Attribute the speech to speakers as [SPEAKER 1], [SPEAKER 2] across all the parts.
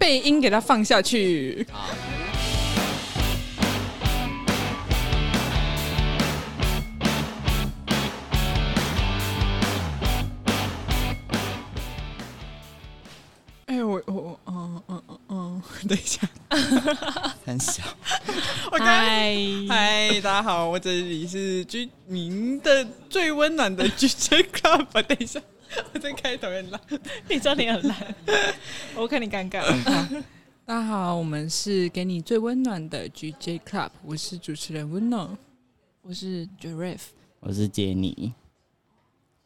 [SPEAKER 1] 配音给它放下去。哎、我我我，嗯嗯嗯嗯，等一 下，
[SPEAKER 2] 很小，
[SPEAKER 1] 我刚刚
[SPEAKER 3] 嗨，
[SPEAKER 1] 嗨，大家好，我这里是居民的最温暖的居家 club。等一 下，我在开头很烂。
[SPEAKER 3] 你说你很烂， 我看你尴尬。
[SPEAKER 1] 大家好，我们是给你最温暖的 GJ Club，我是主持人温暖。
[SPEAKER 3] 我是 Giraffe。
[SPEAKER 2] 我是杰 尼。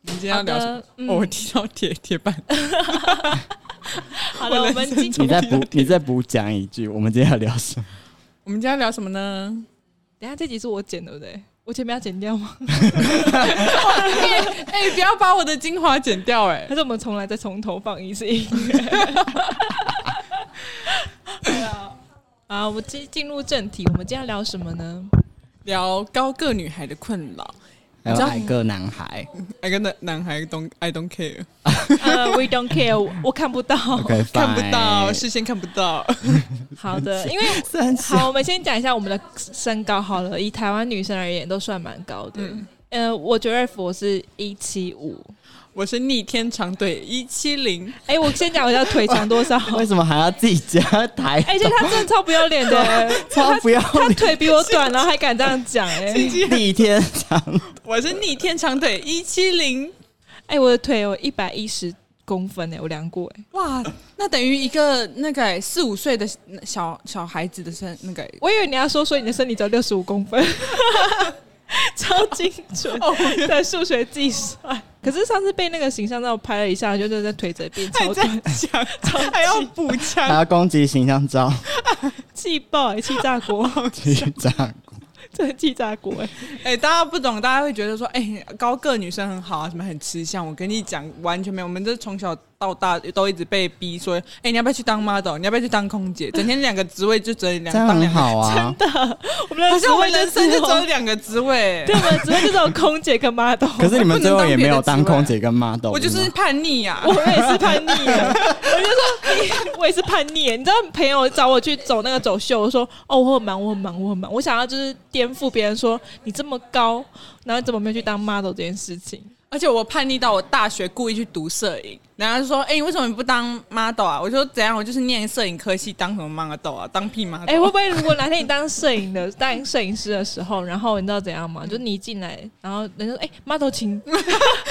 [SPEAKER 1] 我们今天要聊什么？
[SPEAKER 3] 好的嗯
[SPEAKER 1] 哦，我听到铁铁板，
[SPEAKER 3] 好了，
[SPEAKER 1] 我
[SPEAKER 3] 我
[SPEAKER 1] 人
[SPEAKER 3] 们
[SPEAKER 1] 生
[SPEAKER 3] 今
[SPEAKER 2] 你
[SPEAKER 3] 天
[SPEAKER 2] 再补，你再补讲一句，我们今天要聊什么？
[SPEAKER 1] 我们今天要聊什么呢？
[SPEAKER 3] 等一下这集是我剪的，对不对？我前面要剪掉吗？
[SPEAKER 1] 哎、不要把我的精华剪掉、哎
[SPEAKER 3] 还，是我们重来再从头放一次音 乐？对啊啊，我进进入正题，我们今天要聊什么呢？
[SPEAKER 1] 聊高个女孩的困扰。
[SPEAKER 2] 还有矮个男孩
[SPEAKER 1] 哎，跟男男孩 don't I don't care，
[SPEAKER 3] 呃、w e don't care，我我看不到。
[SPEAKER 2] ，OK，
[SPEAKER 1] 看不到，
[SPEAKER 2] 是
[SPEAKER 1] 视线看不到。
[SPEAKER 3] 好的，因为
[SPEAKER 2] 很小，
[SPEAKER 3] 好，我们先讲一下我们的身高好了。以台湾女生而言，都算蛮高的。
[SPEAKER 1] 嗯
[SPEAKER 3] 呃，我觉得我是一七五。
[SPEAKER 1] 我是逆天长腿一七零，
[SPEAKER 3] 哎，我先讲我要腿长 多少。
[SPEAKER 2] 为什么还要自己加台？
[SPEAKER 3] 而且他真的超不要脸的，
[SPEAKER 2] 超不要
[SPEAKER 3] 他
[SPEAKER 2] 脸，
[SPEAKER 3] 腿比我 短，然后还敢这样讲，哎
[SPEAKER 2] 逆天长，
[SPEAKER 1] 我是逆天长腿一七零。
[SPEAKER 3] 哎，我的腿有一百一十公分哎，我量过哎，
[SPEAKER 1] 哇，那等于一个那个哎四五岁的小小孩子的身那个哎
[SPEAKER 3] 我以为你要说所以你的身体只有六十五公分， 超精准
[SPEAKER 1] 哦
[SPEAKER 3] 的数学计算。可是上次被那个形象照拍了一下，就真的腿折 变超短，
[SPEAKER 1] 讲，还要补
[SPEAKER 2] 还
[SPEAKER 1] 枪，
[SPEAKER 2] 要攻击形象照，
[SPEAKER 3] 气爆哎，气炸锅，
[SPEAKER 2] 去炸锅。
[SPEAKER 3] 真的气炸锅哎！
[SPEAKER 1] 哎、大家不懂，大家会觉得说，哎、高个女生很好啊，什么很吃香。我跟你讲，完全没有，我们这从小到大都一直被逼说，哎、你要不要去当 model？你要不要去当空 姐？整天两个职位就只有两
[SPEAKER 2] 这样
[SPEAKER 1] 当
[SPEAKER 2] 很
[SPEAKER 1] 两个，
[SPEAKER 2] 好啊，
[SPEAKER 3] 我们的
[SPEAKER 1] 好像我们
[SPEAKER 3] 职位
[SPEAKER 1] 人生
[SPEAKER 3] 只
[SPEAKER 1] 就
[SPEAKER 3] 有
[SPEAKER 1] 只有 两个职位
[SPEAKER 3] 对，。我们只会这种空姐跟 model。
[SPEAKER 2] 可是你们最后也没有当空姐跟 model，
[SPEAKER 1] 我就是叛逆啊呀、
[SPEAKER 3] 我也是叛逆耶，我就说你，我也是叛逆耶。你知道朋友找我去走那个走秀，我说哦，我很忙，我很忙，我很忙，我想要就是颠覆别人说你这么高，然后你怎么没有去当 model 这件 事情。
[SPEAKER 1] 而且我叛逆到我大学故意去读摄影，然后他就说：“哎、你为什么不当 model 啊？”我说：“怎样？我就是念摄影科系，当什么 model 啊？当屁 model？”
[SPEAKER 3] 哎、会不会如果哪天你当摄影的、 当摄影师的时候，然后你知道怎样吗？就你一进来，然后人家说哎、model 请，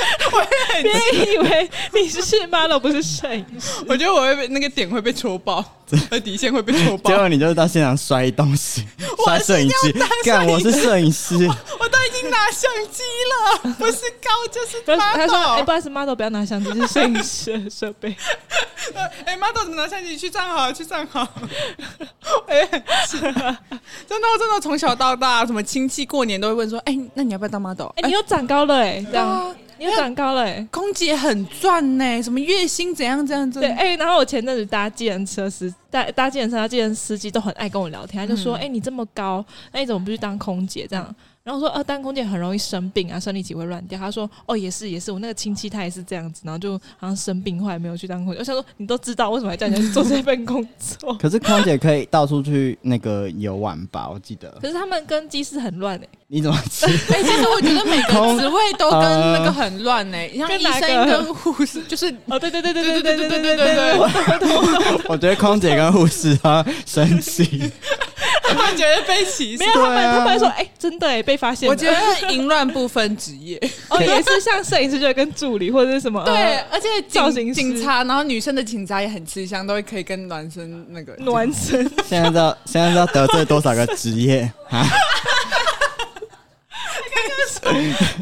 [SPEAKER 3] 别人以为你是 model 不是摄影 师。
[SPEAKER 1] 我觉得我会被那个点会被戳爆，呃，底线会被戳爆
[SPEAKER 2] 结。果你就是到现场摔东 西，摔摄影机
[SPEAKER 1] 我是要当摄影，师
[SPEAKER 2] 干我是摄影师，？
[SPEAKER 1] 我都已经拿相机 了，不是高就是
[SPEAKER 3] 不是他说：“
[SPEAKER 1] model
[SPEAKER 3] 哎、不。好意思，model 不要拿相机，这是摄影师的设备。”
[SPEAKER 1] 哎、m o d e l 怎么拿相机？去站好，去站好。 哎、是真的，我真的从小到大，什么亲戚过年都会问说：“哎、那你要不要当 model？”
[SPEAKER 3] 哎、你又长高了哎、这
[SPEAKER 1] 对
[SPEAKER 3] 样
[SPEAKER 1] 啊，
[SPEAKER 3] 你又长高了哎、
[SPEAKER 1] 空姐很赚呢、什么月薪怎样怎样怎
[SPEAKER 3] 对
[SPEAKER 1] 样。
[SPEAKER 3] 哎、然后我前阵子搭计程车司搭搭计程车，计程司机都很爱跟我聊天，他就说：“哎、你这么高，那你怎么不去当空姐？”这样，然后说：“呃，当空姐很容易生病啊，生理期会乱掉。”他说：“哦，也是也是，我那个亲戚他也是这样子，然后就好像生病，后来没有去当空姐。”我想说，你都知道，为什么还叫人家去做这份工作
[SPEAKER 2] 可是空姐可以到处去那个游玩吧？我记得
[SPEAKER 3] 可是他们跟机师很乱哎、
[SPEAKER 2] 你怎么知
[SPEAKER 1] 哎、其 实我觉得每个
[SPEAKER 2] 空
[SPEAKER 1] 职位都跟那个很乱呢、像
[SPEAKER 3] 跟
[SPEAKER 1] 医
[SPEAKER 3] 哪
[SPEAKER 1] 生
[SPEAKER 3] 个
[SPEAKER 1] 跟护士， 就是
[SPEAKER 3] 哦，对对对对
[SPEAKER 1] 对对对
[SPEAKER 3] 对对
[SPEAKER 1] 对
[SPEAKER 3] 对
[SPEAKER 1] 对
[SPEAKER 3] 对
[SPEAKER 1] 对对
[SPEAKER 3] 对对
[SPEAKER 1] 对，我
[SPEAKER 2] 我觉得空姐跟护士啊生气，
[SPEAKER 1] 我觉得被歧视
[SPEAKER 3] 没。有他们，
[SPEAKER 2] 对啊
[SPEAKER 3] 他们还说：“哎、真的哎、被发现了。”
[SPEAKER 1] 我觉得淫乱不分职业，
[SPEAKER 3] 哦，也是像摄影师就会跟助理或者是什么
[SPEAKER 1] 对
[SPEAKER 3] 呃，
[SPEAKER 1] 而且
[SPEAKER 3] 造型
[SPEAKER 1] 警
[SPEAKER 3] 师
[SPEAKER 1] 警察，然后女生的警察也很吃香，都会可以跟男生那个。
[SPEAKER 3] 暖身，
[SPEAKER 2] 现在知道现在知道得罪多少个职业啊？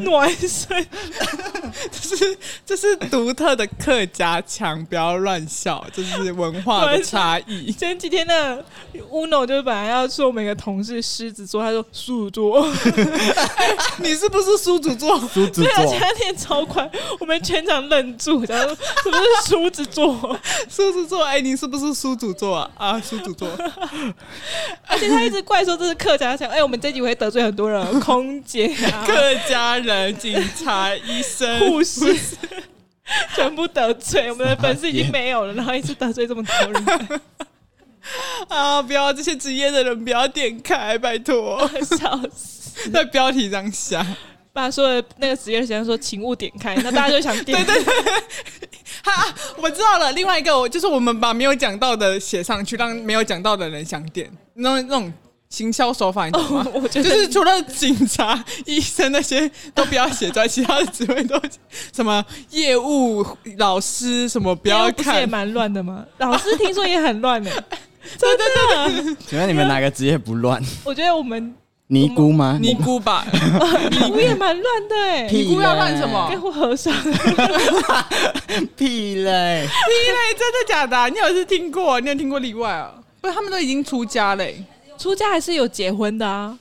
[SPEAKER 3] 暖身，
[SPEAKER 1] 这是这是独特的客家腔，不要乱笑，这是文化的差异。
[SPEAKER 3] 前几天的 Uno 就是本来要说每个同事狮子座，他说狮子座，
[SPEAKER 1] 你是不是苏主座？
[SPEAKER 2] 狮子
[SPEAKER 3] 对啊，
[SPEAKER 2] 座
[SPEAKER 3] 前两天超快，我们全场愣住，然后什么 是狮子 座？
[SPEAKER 1] 苏主座，哎、你是不是苏主座啊？啊，苏主 座，
[SPEAKER 3] 而且他一直怪说这是客家腔，哎，我们这集会得罪很多 人，哦空姐 啊、
[SPEAKER 1] 客家人、警察、医 生、
[SPEAKER 3] 护士。全部得罪，我们的粉丝已经
[SPEAKER 2] 傻 眼
[SPEAKER 3] 没有了，然后一直得罪这么多人，
[SPEAKER 1] 啊！不要这些职业的人不要点开，拜 托，
[SPEAKER 3] 笑死！
[SPEAKER 1] 在标题上下，
[SPEAKER 3] 把所有的那个职业学生说，请勿点开，那大家就想点。对对
[SPEAKER 1] 哈，我知道了。另外一个，我就是我们把没有讲到的写上去，让没有讲到的人想点，那那种行销手法，你懂吗？
[SPEAKER 3] 哦，我觉
[SPEAKER 1] 就
[SPEAKER 3] 得
[SPEAKER 1] 是除了警察、医生那些都不要写在，其他的职位都什么业务、老师什么不要
[SPEAKER 3] 不是也
[SPEAKER 1] 看。
[SPEAKER 3] 蛮乱的吗？ 老师听说也很乱 呢、啊
[SPEAKER 1] 对对对对，
[SPEAKER 2] 请问你们哪个职业不乱？
[SPEAKER 3] 我觉得我们
[SPEAKER 2] 尼姑吗？
[SPEAKER 1] 尼姑 吧，
[SPEAKER 3] 我也蛮乱的哎、
[SPEAKER 2] 屁嘞
[SPEAKER 1] 尼姑要乱什么
[SPEAKER 3] 跟和尚，
[SPEAKER 2] 屁嘞！
[SPEAKER 1] 你嘞，真的假的啊、你有是听过？你有听过例外啊？不是，他们都已经出家嘞、
[SPEAKER 3] 出家还是有结婚的啊，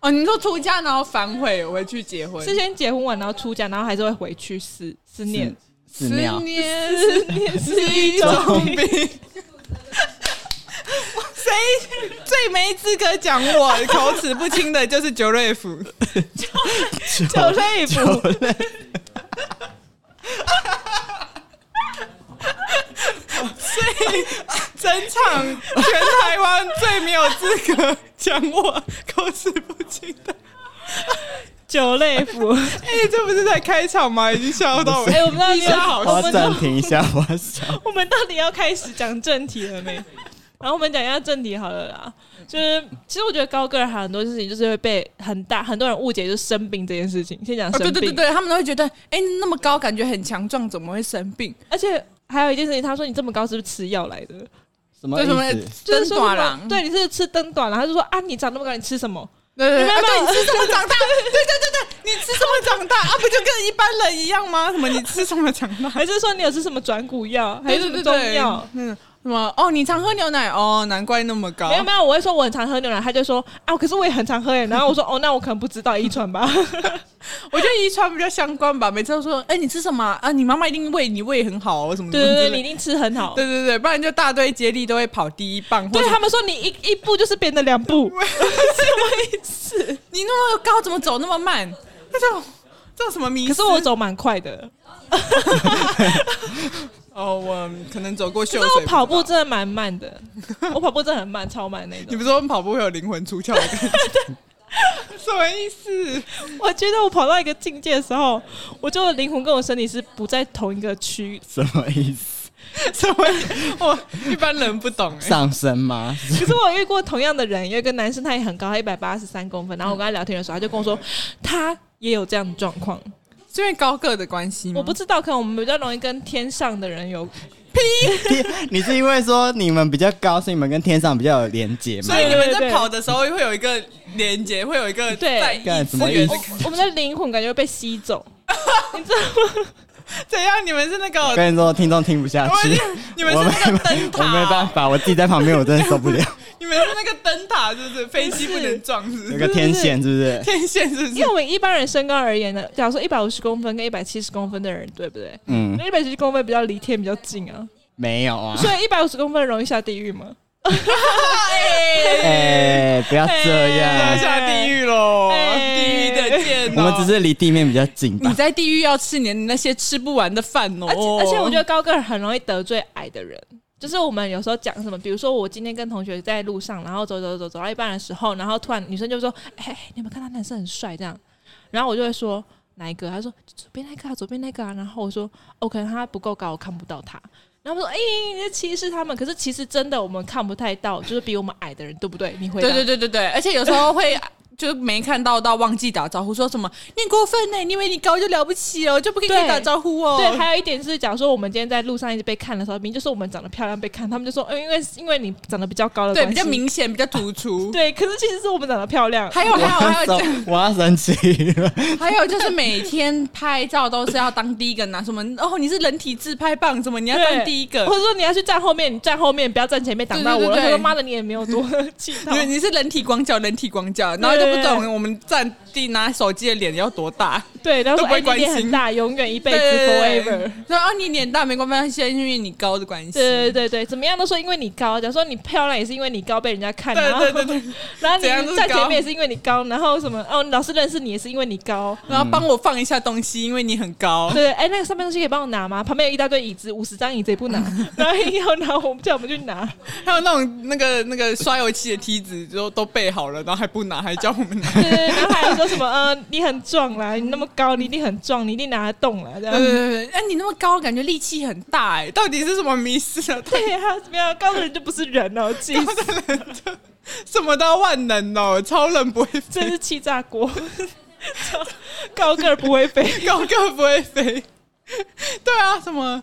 [SPEAKER 1] 哦，你说出家然后反悔回去结婚，
[SPEAKER 3] 是先结婚完然后出家，然后还是会回去思思念。
[SPEAKER 2] 寺庙
[SPEAKER 1] 思念是
[SPEAKER 3] 念是
[SPEAKER 1] 一种病。谁最没资格讲我口齿不清的，就是九瑞福。
[SPEAKER 3] 九类服，
[SPEAKER 1] 整场全台湾最没有资格讲我口齿不清的。
[SPEAKER 3] 九 类服。
[SPEAKER 1] 哎、这不是在开场吗？已经笑到我。
[SPEAKER 3] 哎、我们到底
[SPEAKER 1] 一下好
[SPEAKER 2] 我
[SPEAKER 3] 我
[SPEAKER 2] 要
[SPEAKER 3] 们
[SPEAKER 2] 暂
[SPEAKER 3] 到
[SPEAKER 2] 停一下，我要笑。
[SPEAKER 3] 我们到底要开始讲正题了没？然后我们讲一下正题好了啦。就是其实我觉得高个儿还有很多事情，就是会被很大很多人误解，就是生病这件事情。先讲
[SPEAKER 1] 哦，
[SPEAKER 3] 生病，
[SPEAKER 1] 对对对对，他们都会觉得，哎、你那么高，感觉很强壮，怎么会生病？
[SPEAKER 3] 而且还有一件事情，他说你这么高是不是吃药来的？
[SPEAKER 2] 什么意
[SPEAKER 1] 对
[SPEAKER 2] 思？
[SPEAKER 3] 就是说
[SPEAKER 1] 灯短
[SPEAKER 3] 什么
[SPEAKER 1] 郎
[SPEAKER 3] 对，你是吃灯短了，他就说啊，你长那么高，你吃什么？
[SPEAKER 1] 对对对，
[SPEAKER 3] 你明
[SPEAKER 1] 啊
[SPEAKER 3] 白
[SPEAKER 1] 对
[SPEAKER 3] 吗
[SPEAKER 1] 你吃什么长大？ 对对对对，你吃什么长大啊？不就跟一般人一样吗？什么你吃什么长大？
[SPEAKER 3] 还是说你有吃什么转骨药，还
[SPEAKER 1] 对
[SPEAKER 3] 是什
[SPEAKER 1] 对对
[SPEAKER 3] 么中
[SPEAKER 1] 对，
[SPEAKER 3] 药？
[SPEAKER 1] 嗯，什么哦？你常喝牛奶哦，难怪那么高。
[SPEAKER 3] 没有没有，我会说我很常喝牛奶，他就说啊，可是我也很常喝耶。然后我说哦，那我可能不知道遗传 吧。
[SPEAKER 1] 我觉得遗传比较相关吧。每次都说，哎、你吃什么啊？啊你妈妈一定喂你胃很好哦，什么什
[SPEAKER 3] 对
[SPEAKER 1] 么
[SPEAKER 3] 对对，
[SPEAKER 1] 之
[SPEAKER 3] 你
[SPEAKER 1] 类
[SPEAKER 3] 一
[SPEAKER 1] 的
[SPEAKER 3] 定吃很好。
[SPEAKER 1] 对对对，不然就大队接力都会跑第一棒。
[SPEAKER 3] 对
[SPEAKER 1] 或者
[SPEAKER 3] 他们说你一一步就是别人的两步，
[SPEAKER 1] 你那么高，怎么走那么慢？这种这种什么迷思？
[SPEAKER 3] 可是我走蛮快的，
[SPEAKER 1] 哦，我可能走过
[SPEAKER 3] 可
[SPEAKER 1] 秀
[SPEAKER 3] 是
[SPEAKER 1] 水。
[SPEAKER 3] 我跑步，真的蛮慢的，我跑步真的很慢，超慢那
[SPEAKER 1] 你
[SPEAKER 3] 种。
[SPEAKER 1] 不是说跑步会有灵魂出窍的感觉？什么意思？
[SPEAKER 3] 我觉得我跑到一个境界的时候，我就灵魂跟我身体是不在同一个区域，
[SPEAKER 2] 什么意思？
[SPEAKER 1] 什么意？我一般人不懂
[SPEAKER 3] 啊
[SPEAKER 1] 哎、
[SPEAKER 2] 上身吗？
[SPEAKER 3] 可是我有遇过同样的人，有一个男生，他也很高，他一百八十三公分。然后我跟他聊天的时候，他就跟我说，他也有这样的状况。
[SPEAKER 1] 是因为高个的关系吗？
[SPEAKER 3] 我不知道，可能我们比较容易跟天上的人有，
[SPEAKER 2] 你是因为说你们比较高，所以你们跟天上比较有连结吗
[SPEAKER 1] 所？以你们
[SPEAKER 3] 对对
[SPEAKER 1] 在
[SPEAKER 3] 对
[SPEAKER 1] 跑的时候会有一个连接，会有一个
[SPEAKER 3] 对
[SPEAKER 1] 在异
[SPEAKER 2] 干什
[SPEAKER 1] 次
[SPEAKER 2] 么
[SPEAKER 1] 元
[SPEAKER 2] 意
[SPEAKER 1] 的
[SPEAKER 2] 思
[SPEAKER 3] 我们的灵魂感觉被吸走。你知道吗？
[SPEAKER 1] 怎样？啊你们是那
[SPEAKER 2] 我
[SPEAKER 1] 个，
[SPEAKER 2] 跟你说，听众听不下
[SPEAKER 1] 我
[SPEAKER 2] 去，
[SPEAKER 1] 你们是那个灯
[SPEAKER 2] 我
[SPEAKER 1] 塔
[SPEAKER 2] 没办
[SPEAKER 1] 哦，
[SPEAKER 2] 法，我自己在旁边我真的受不 了。
[SPEAKER 1] 你们是那个灯塔，是不是？飞机不能撞，是不 是？
[SPEAKER 2] 有个天线是不是？
[SPEAKER 1] 天线是不
[SPEAKER 3] 因为
[SPEAKER 1] 是？
[SPEAKER 3] 我们一般人身高而言呢，假如说一百五十公分跟一百七十公分的人，对不对？
[SPEAKER 2] 嗯，
[SPEAKER 3] 那一百七十公分比较离天比较近啊，
[SPEAKER 2] 没有啊。
[SPEAKER 3] 所以一百五十公分容易下地狱吗？
[SPEAKER 2] 哎，不要这
[SPEAKER 1] 要
[SPEAKER 2] 样，
[SPEAKER 1] 下地狱喽！
[SPEAKER 3] 哎
[SPEAKER 1] 地狱的剑
[SPEAKER 2] 我
[SPEAKER 1] 哦，
[SPEAKER 2] 们只是离地面比较近吧
[SPEAKER 1] 你。在地狱要吃你那些吃不完的饭哦。
[SPEAKER 3] 而且而且我觉
[SPEAKER 1] 得，
[SPEAKER 3] 得高个儿很容易得罪矮的人。就是我们有时候讲什么，比如说我今天跟同学在路上，然后走走走走到一半的时候，然后突然女生就说：“哎、哎你们看他男生很帅这样。”然后我就会说哎哪一个？他说左边那个啊，左边那个啊。然后我说：“哦，可能他不够高，我看不到他。”然后我说：“哎、你在歧视他们？可是其实真的我们看不太到，就是比我们矮的人，对不对？你回答
[SPEAKER 1] 对对对对对，而且有时候会。就没看到到忘记打招呼，说什么你很过分欸呢、你以为你高就了不起哦，就不可以跟你
[SPEAKER 3] 对
[SPEAKER 1] 打招呼哦。
[SPEAKER 3] 对，还有一点是，假如说我们今天在路上一直被看的时候，明明就是我们长得漂亮被看，他们就说，嗯、因为因为你长得比较高的
[SPEAKER 1] 对
[SPEAKER 3] 关
[SPEAKER 1] 比
[SPEAKER 3] 系，
[SPEAKER 1] 较明显，比较突出。
[SPEAKER 3] 对，可是其实是我们长得漂亮。
[SPEAKER 1] 还有
[SPEAKER 2] 我
[SPEAKER 1] 还有还
[SPEAKER 2] 要
[SPEAKER 1] 有这
[SPEAKER 2] 生，我要生气了。
[SPEAKER 1] 还有就是每天拍照都是要当第一个拿什么？哦，你是人体自拍棒，什么你要当
[SPEAKER 3] 对
[SPEAKER 1] 第一个
[SPEAKER 3] 或？者说你要去站后面，你站后面不要站前面挡到我
[SPEAKER 1] 对对
[SPEAKER 3] 了。
[SPEAKER 1] 对
[SPEAKER 3] 他
[SPEAKER 1] 对
[SPEAKER 3] 说：“妈的，你也没有多气到
[SPEAKER 1] 你。你是人体广角，人体广角，然后就都不
[SPEAKER 3] 对对
[SPEAKER 1] 懂我们占地拿手机的脸要多大。
[SPEAKER 3] 对，然后
[SPEAKER 1] 都
[SPEAKER 3] 说
[SPEAKER 1] 不会
[SPEAKER 3] 哎，你脸
[SPEAKER 1] 关心
[SPEAKER 3] 很大，永远一辈
[SPEAKER 1] 对
[SPEAKER 3] 子
[SPEAKER 1] 对对对
[SPEAKER 3] forever。
[SPEAKER 1] 对啊，你脸大没关系，因为你高的关系。
[SPEAKER 3] 对对对对，怎么样都说因为你高，假如说你漂亮也是因为你高被人家看，
[SPEAKER 1] 对
[SPEAKER 3] 然后
[SPEAKER 1] 对对 对，
[SPEAKER 3] 然后
[SPEAKER 1] 怎样都是
[SPEAKER 3] 你站前
[SPEAKER 1] 高
[SPEAKER 3] 面也是因为你高，然后什么哦，老师认识你也是因为你高，
[SPEAKER 1] 然后帮我放一下东西，因为你很高。
[SPEAKER 3] 对，哎、那个上面东西可以帮我拿吗？旁边有一大堆椅子，五十张椅子也不 拿，然后硬要拿，我们叫我们去拿。
[SPEAKER 1] 还有那种那个那个刷油漆的梯子，就都备好了，然后还不拿，还叫我们拿。
[SPEAKER 3] 对对，然后还说什么呃，你很壮啦，你那么高，你一定很壮，你一定拿得动啦，
[SPEAKER 1] 对
[SPEAKER 3] 这
[SPEAKER 1] 对
[SPEAKER 3] 样。
[SPEAKER 1] 对对，哎、你那么高，感觉力气很大哎、到底是什么迷失啊？
[SPEAKER 3] 对呀、怎么样？高的人就不是人哦，气死，
[SPEAKER 1] 什么都要万能哦，超人不 会
[SPEAKER 3] 真
[SPEAKER 1] 飞，
[SPEAKER 3] 是气炸锅。 高个儿不会飞，
[SPEAKER 1] 高个不会飞。 对啊，什么？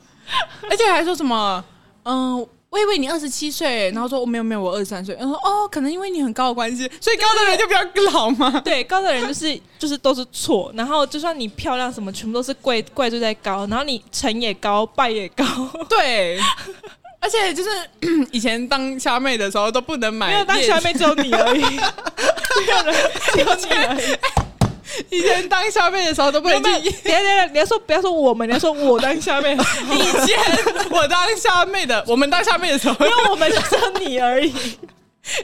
[SPEAKER 1] 而且还说什么？嗯、我以为你二十七岁，然后说我、哦、没有没有，我二十三岁。然后说哦，可能因为你很高的关系，所以高的人就比较老嘛。
[SPEAKER 3] 对，高的人就是就是都是错，然后就算你漂亮什么，全部都是怪怪罪在高，然后你成也高，败也高，
[SPEAKER 1] 对，而且就是 以前当虾妹的时候都不能买
[SPEAKER 3] 没
[SPEAKER 1] 夜
[SPEAKER 3] 有
[SPEAKER 1] 市，
[SPEAKER 3] 当下面只有你 而已，没有人只有你而 已。
[SPEAKER 1] 以前当虾妹的时候都不
[SPEAKER 3] 不
[SPEAKER 1] 能
[SPEAKER 3] 能
[SPEAKER 1] 去
[SPEAKER 3] 去。
[SPEAKER 1] 夜。
[SPEAKER 3] 等一下等一下，你要说不要说我们，你要说我当下面，
[SPEAKER 1] 以前 我当虾妹的，我们当虾妹的时候
[SPEAKER 3] 因，为我们就是你而已。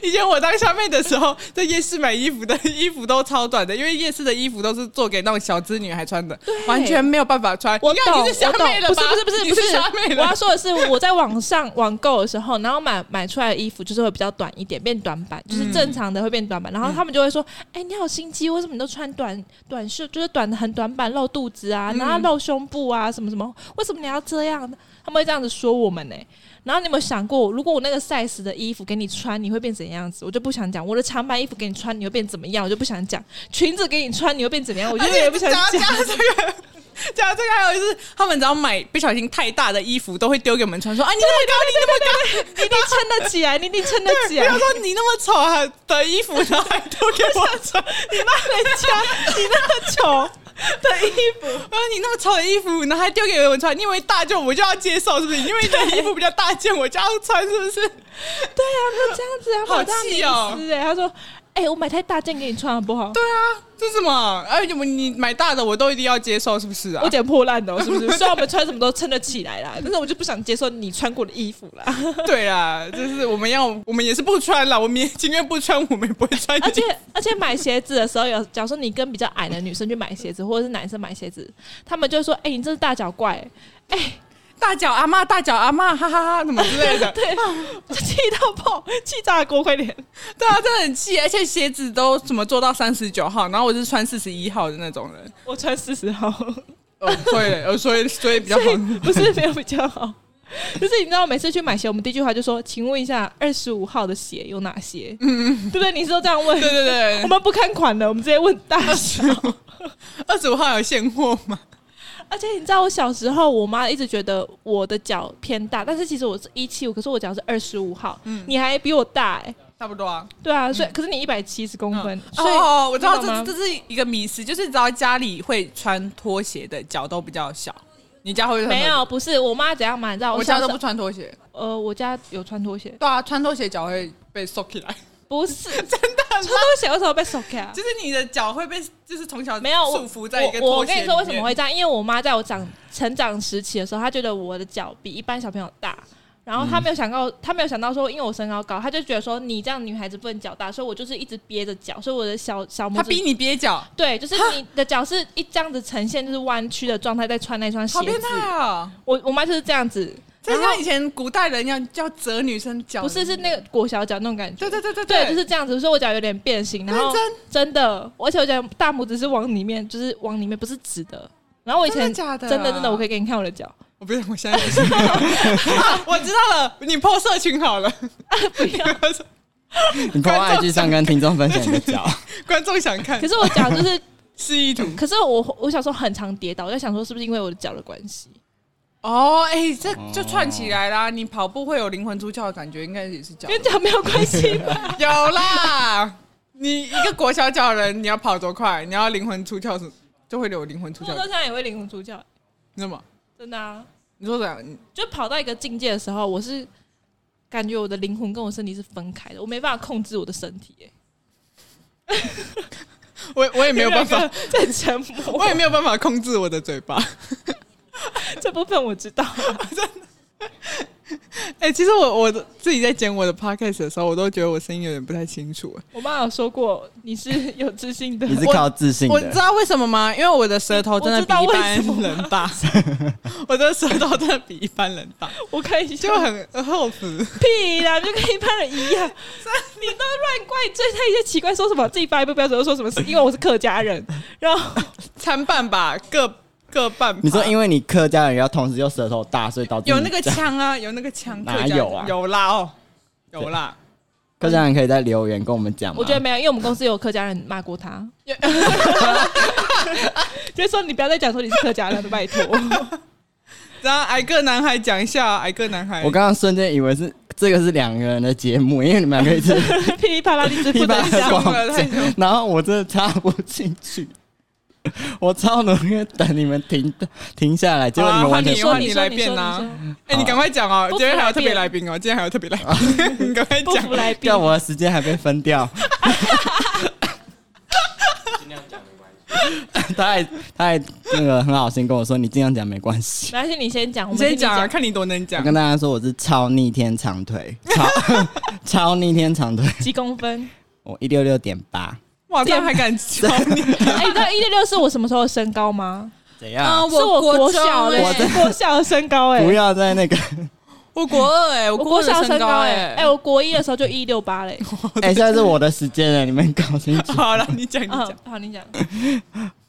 [SPEAKER 1] 以前我当虾妹的时候，在夜市买衣服的 衣服都超短的，因为夜市的衣服都是做给那种小资女孩穿的，完全没有办法穿。
[SPEAKER 3] 我
[SPEAKER 1] 你看
[SPEAKER 3] 懂，
[SPEAKER 1] 你是虾
[SPEAKER 3] 我懂
[SPEAKER 1] 妹，了
[SPEAKER 3] 不
[SPEAKER 1] 吧
[SPEAKER 3] 是不是不是
[SPEAKER 1] 你
[SPEAKER 3] 不
[SPEAKER 1] 是虾妹
[SPEAKER 3] 我
[SPEAKER 1] 了
[SPEAKER 3] 要。说的是，我在网上网购的时候，然后买买出来的衣服就是会比较短一点，变短版，
[SPEAKER 1] 嗯
[SPEAKER 3] 就是正常的会变短版。然后他们就会说：“哎、你好心机，为什么你都穿短短袖，就是短的很短版，露肚子啊，然后
[SPEAKER 1] 嗯
[SPEAKER 3] 露胸部啊，什么什么，为什么你要这样？”他们会这样子说我们呢、然后你有没有想过，如果我那个 size 的衣服给你穿，你会变怎样子？我就不想讲。我的长版衣服给你穿，你会变怎么样？我就不想讲。裙子给你穿，你会变怎么样？我就
[SPEAKER 1] 而且
[SPEAKER 3] 也不想
[SPEAKER 1] 加
[SPEAKER 3] 讲。
[SPEAKER 1] 加这个， 加这个还有就是，他们只要买不小心太大的衣服，都会丢给我们穿，说啊你那么高，你那么
[SPEAKER 3] 你一定撑得起来，你一定撑得起
[SPEAKER 1] 不
[SPEAKER 3] 来。
[SPEAKER 1] 要说哎你那么丑啊的衣 服，然后还丢给我穿。
[SPEAKER 3] 你骂人家，你那么丑的衣服，
[SPEAKER 1] 然后啊你那么丑的衣服，然后还丢给我穿，你以为大件我就要接受是不是？因为你的衣服比较大件，我就要穿是不是？
[SPEAKER 3] 对啊，那这样子啊，
[SPEAKER 1] 好
[SPEAKER 3] 我当
[SPEAKER 1] 气哦
[SPEAKER 3] 迷思哎，他说，哎、我买太大件给你穿好不好？
[SPEAKER 1] 对啊，这是什么？哎、你们你买大的我都一定要接受是不是啊
[SPEAKER 3] 我？剪破烂的哦，是不是？虽然我们穿什么都撑得起来啦，但是我就不想接受你穿过的衣服啦。
[SPEAKER 1] 对啦，就是我们要，我们也是不穿啦，我们也情愿不穿，我们也不会穿。
[SPEAKER 3] 而且而且买鞋子的时候有，假如说你跟比较矮的女生去买鞋子，或者是男生买鞋子，他们就会说，哎、你这是大脚怪、哎、
[SPEAKER 1] 大脚阿妈，大脚阿妈，哈哈哈，什么之类 的。
[SPEAKER 3] 对，我气到爆，气炸锅，快点！
[SPEAKER 1] 对啊，真的很气。而且鞋子都怎么做到三十九号，然后我是穿四十一号的那种人。
[SPEAKER 3] 我穿四十号，
[SPEAKER 1] 哦，所以，呃，所以，所以比较
[SPEAKER 3] 所以
[SPEAKER 1] 好。
[SPEAKER 3] 不是没有比 较好。就是你知道，每次去买鞋，我们第一句话就说：“请问一下，二十五号的鞋有哪些？”嗯，对不对？你是都这样问
[SPEAKER 1] 对，对对
[SPEAKER 3] 我，们不看款的，我们直接问大 小。
[SPEAKER 1] 二十五号有现货吗？
[SPEAKER 3] 而且你知道，我小时候我妈一直觉得我的脚偏大，但是其实我是一七五，可是我脚是二十五号，
[SPEAKER 1] 嗯
[SPEAKER 3] 你还比我大哎、
[SPEAKER 1] 差不多啊。
[SPEAKER 3] 对啊，所以、可是你一百七十公分，所以、
[SPEAKER 1] 哦，我知道
[SPEAKER 3] 你
[SPEAKER 1] 这
[SPEAKER 3] 吗
[SPEAKER 1] 这是一个迷思，就是只要家里会穿拖鞋的脚都比较小。你家会穿拖鞋
[SPEAKER 3] 没？有，不是我妈怎样嘛？你知道
[SPEAKER 1] 我家
[SPEAKER 3] 小时
[SPEAKER 1] 都
[SPEAKER 3] 候
[SPEAKER 1] 不穿拖鞋。
[SPEAKER 3] 呃，我家有穿拖鞋，
[SPEAKER 1] 对啊，穿拖鞋脚会被收起来，
[SPEAKER 3] 不是真的穿拖鞋为什么被 s o k 啊？
[SPEAKER 1] 就是你的脚会被，就是从小
[SPEAKER 3] 没有我
[SPEAKER 1] 束缚在一个
[SPEAKER 3] 我。我
[SPEAKER 1] 拖鞋
[SPEAKER 3] 跟
[SPEAKER 1] 里面
[SPEAKER 3] 你说为什么会这样，因为我妈在我长成长时期的时候，她觉得我的脚比一般小朋友大。然后她
[SPEAKER 1] 嗯
[SPEAKER 3] 没有想到，她没有想到说，因为我身高高，她就觉得说你这样女孩子不能脚大，所以我就是一直憋着脚，所以我的小小拇
[SPEAKER 1] 他
[SPEAKER 3] 指
[SPEAKER 1] 逼你憋脚，
[SPEAKER 3] 对，就是你的脚是一这样子呈现就是弯曲的状态，在穿那双鞋
[SPEAKER 1] 好变
[SPEAKER 3] 子。
[SPEAKER 1] 态啊！
[SPEAKER 3] 我我妈就是这样子，
[SPEAKER 1] 这
[SPEAKER 3] 然
[SPEAKER 1] 就
[SPEAKER 3] 后
[SPEAKER 1] 像以前古代人要要折女生脚，
[SPEAKER 3] 不是是那个裹小脚那种感觉
[SPEAKER 1] 对？。对对对
[SPEAKER 3] 对，就是这样子，所以我脚有点变形，然后
[SPEAKER 1] 认
[SPEAKER 3] 真的，而且我脚大拇指是往里面，就是往里面，不是直的。然后我以前
[SPEAKER 1] 真的假的啊
[SPEAKER 3] 真的真的，我可以给你看我的脚。
[SPEAKER 1] 我不是，我现在不是，啊我知道了，你 PO 社群好了，
[SPEAKER 3] 不要。
[SPEAKER 2] 你抛 IG 上跟听众分享你的脚，
[SPEAKER 1] 观众想看
[SPEAKER 3] 可是我脚就是，
[SPEAKER 1] 示意图
[SPEAKER 3] 可是我我小时候很常跌倒，我在想说是不是因为我的脚的关系？
[SPEAKER 1] 哦，哎，这就串起来啦，你跑步会有灵魂出窍的感觉，应该也是脚
[SPEAKER 3] 跟脚没有关系 吧？
[SPEAKER 1] 有啦。你一个国小脚的人，你要跑多快？你要灵魂出窍是就会有灵魂出
[SPEAKER 3] 我
[SPEAKER 1] 窍
[SPEAKER 3] 到，现在也会灵魂出窍，
[SPEAKER 1] 你知道吗？
[SPEAKER 3] 真的啊！
[SPEAKER 1] 你说怎样？你
[SPEAKER 3] 就跑到一个境界的时候，我是感觉我的灵魂跟我身体是分开的，我没办法控制我的身体、欸。
[SPEAKER 1] 我我也没有办 法，，
[SPEAKER 3] 在沉默。
[SPEAKER 1] 我也没有办法控制我的嘴巴。
[SPEAKER 3] 这部分我知道，
[SPEAKER 1] 哎、其实我我自己在剪我的 podcast 的时候，我都觉得我声音有点不太清楚。
[SPEAKER 3] 我妈有说过你是有自信的。
[SPEAKER 2] 你是
[SPEAKER 1] 我
[SPEAKER 2] 靠自信
[SPEAKER 1] 我知
[SPEAKER 2] 的。
[SPEAKER 1] 道为什么吗？因为我的舌头真的比一般
[SPEAKER 3] 我知道为什
[SPEAKER 1] 人大，我的舌头真的比一般人大，
[SPEAKER 3] 我看一下，
[SPEAKER 1] 就很厚实。
[SPEAKER 3] 屁啦，就跟一般人一样。 你都乱怪罪他一些奇怪，说什么自己发音不标准，又说什么是因为我是客家人，然后
[SPEAKER 1] 参半吧，各各半吧。
[SPEAKER 2] 你说因为你客家人，然后同时又舌头大，所以导致
[SPEAKER 1] 有
[SPEAKER 2] 你
[SPEAKER 1] 那个腔啊，有那个腔，
[SPEAKER 2] 嗯哪
[SPEAKER 1] 客家
[SPEAKER 2] 有啊
[SPEAKER 1] 有啦哦，有啦。
[SPEAKER 2] 客家人可以在留言跟我们讲吗？
[SPEAKER 3] 我觉得没有，因为我们公司有客家人骂过他， 就是说你不要再讲说你是客家人了，拜托。
[SPEAKER 1] 然后挨个男孩讲一下，挨个男孩。
[SPEAKER 2] 我刚刚瞬间以为是这个是两个人的节目，因为你们两个一直
[SPEAKER 3] 噼里啪啦，你 只
[SPEAKER 2] 噼
[SPEAKER 3] 负责
[SPEAKER 2] 啪
[SPEAKER 3] 讲
[SPEAKER 1] 讲
[SPEAKER 2] 啦广
[SPEAKER 1] 了太久
[SPEAKER 2] 然后我真的插不进去， 我超努力地等你们停停下来，结果
[SPEAKER 1] 好
[SPEAKER 2] 你
[SPEAKER 1] 啦
[SPEAKER 2] 们完
[SPEAKER 1] 换
[SPEAKER 2] 全
[SPEAKER 1] 你
[SPEAKER 3] 说
[SPEAKER 1] 换
[SPEAKER 3] 你
[SPEAKER 1] 你
[SPEAKER 3] 说
[SPEAKER 1] 来
[SPEAKER 3] 你
[SPEAKER 1] 变
[SPEAKER 3] 说
[SPEAKER 1] 啊
[SPEAKER 3] 你说
[SPEAKER 1] 哎、你赶快讲哦，
[SPEAKER 3] 不服
[SPEAKER 1] 今天还有特别
[SPEAKER 3] 来
[SPEAKER 1] 来宾哦，今天还有特别来
[SPEAKER 2] 啊
[SPEAKER 1] 宾， 你赶快
[SPEAKER 3] 不
[SPEAKER 1] 讲
[SPEAKER 3] 服。来宾
[SPEAKER 2] 要，我的时间还被分掉。 他还他还那个很好心跟我说，你尽量讲没关系。
[SPEAKER 3] 没关系，你先讲，我
[SPEAKER 1] 你
[SPEAKER 3] 们听
[SPEAKER 1] 先
[SPEAKER 3] 你
[SPEAKER 1] 讲啊，看你多能讲
[SPEAKER 2] 我。跟大家说，我是超逆天长腿，超 超逆天长腿，
[SPEAKER 3] 几公分。
[SPEAKER 2] 我一六六点八，
[SPEAKER 1] 哇，这样还敢教你？
[SPEAKER 3] 哎，你知道一六六是我什么时候的身高吗？
[SPEAKER 2] 怎
[SPEAKER 1] 啊
[SPEAKER 2] 样？
[SPEAKER 3] 是我国小的
[SPEAKER 2] 我真
[SPEAKER 3] 国小的身高，哎
[SPEAKER 2] 不，要在 那个
[SPEAKER 1] 我国二哎，我
[SPEAKER 3] 我国小
[SPEAKER 1] 二
[SPEAKER 3] 的身高，
[SPEAKER 1] 欸
[SPEAKER 3] 哎，哎，我国一的时候就一六八嘞。
[SPEAKER 2] 哎、现在是我的时间了，你们搞清楚。
[SPEAKER 1] 好了，你讲你
[SPEAKER 3] 啊
[SPEAKER 1] 讲，，
[SPEAKER 3] 好，你讲。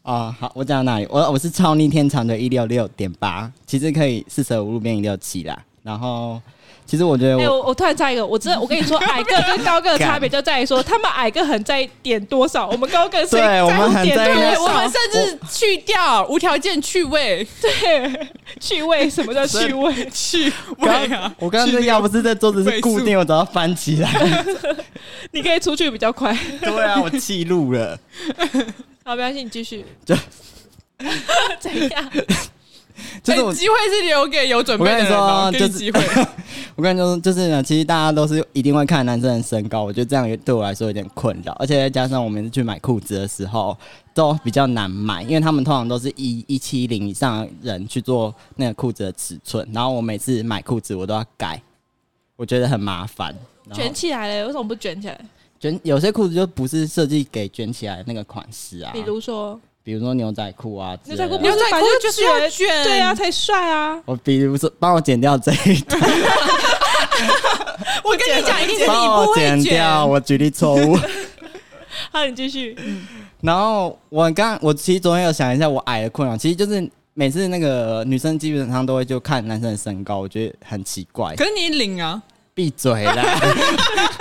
[SPEAKER 2] 哦，好，我讲到哪里？我我是超逆天长的一六六点八，其实可以四舍五入变一六七啦。然后，其实我觉得
[SPEAKER 3] 哎、
[SPEAKER 2] 我、
[SPEAKER 3] 我我突然插一个，我真的，我跟你说，矮个跟高个的差别就在于说，他们矮个很在意点多 少，我们高个是
[SPEAKER 2] 对
[SPEAKER 3] 在
[SPEAKER 2] 我
[SPEAKER 3] 乎
[SPEAKER 2] 们很
[SPEAKER 3] 点
[SPEAKER 2] 在意
[SPEAKER 3] 多
[SPEAKER 2] 那
[SPEAKER 3] 少，
[SPEAKER 1] 我们甚至去掉无条件去味，
[SPEAKER 3] 对趣味，什么叫趣味？
[SPEAKER 1] 去味
[SPEAKER 2] 刚
[SPEAKER 1] 啊！
[SPEAKER 2] 我刚刚这
[SPEAKER 1] 去
[SPEAKER 2] 要不是这桌子是固
[SPEAKER 1] 倍
[SPEAKER 2] 定，我早要翻起来。
[SPEAKER 3] 你可以出去比较快。
[SPEAKER 2] 对啊，我气怒了。
[SPEAKER 3] 好，没关系，你继 续。
[SPEAKER 2] 就
[SPEAKER 3] 怎样？
[SPEAKER 2] 就是我
[SPEAKER 1] 哎，机会是留给有准备的人哦，
[SPEAKER 2] 我跟你说啊
[SPEAKER 1] 给你
[SPEAKER 2] 就是
[SPEAKER 1] 机会。
[SPEAKER 2] 我跟你说，就是呢，其实大家都是一定会看男生的身高，我觉得这样也对我来说有点困扰，而且再加上我们去买裤子的时候都比较难买，因为他们通常都是一一七零以上的人去做那个裤子的尺寸，然后我每次买裤子我都要改，我觉得很麻烦。然后
[SPEAKER 3] 卷起来了，为什么不卷起来？
[SPEAKER 2] 卷有些裤子就不是设计给卷起来的那个款式啊，
[SPEAKER 3] 比如说
[SPEAKER 2] 比如说牛仔裤啊之类
[SPEAKER 3] 牛仔
[SPEAKER 2] 的，
[SPEAKER 3] 裤，
[SPEAKER 1] 牛仔裤就是要卷
[SPEAKER 3] 对啊，才帅啊！
[SPEAKER 2] 我比如说帮我剪掉这一 段，
[SPEAKER 1] 我跟你讲，一定是你
[SPEAKER 2] 帮
[SPEAKER 1] 不
[SPEAKER 2] 我
[SPEAKER 1] 会
[SPEAKER 2] 剪掉，我举例错误。
[SPEAKER 3] 好，你继续。
[SPEAKER 2] 然后我刚我其实昨天有想一下我矮的困扰，其实就是每次那个女生基本上都会就看男生的身高，我觉得很奇怪。
[SPEAKER 1] 可是你领 啊，
[SPEAKER 2] 闭嘴 啦，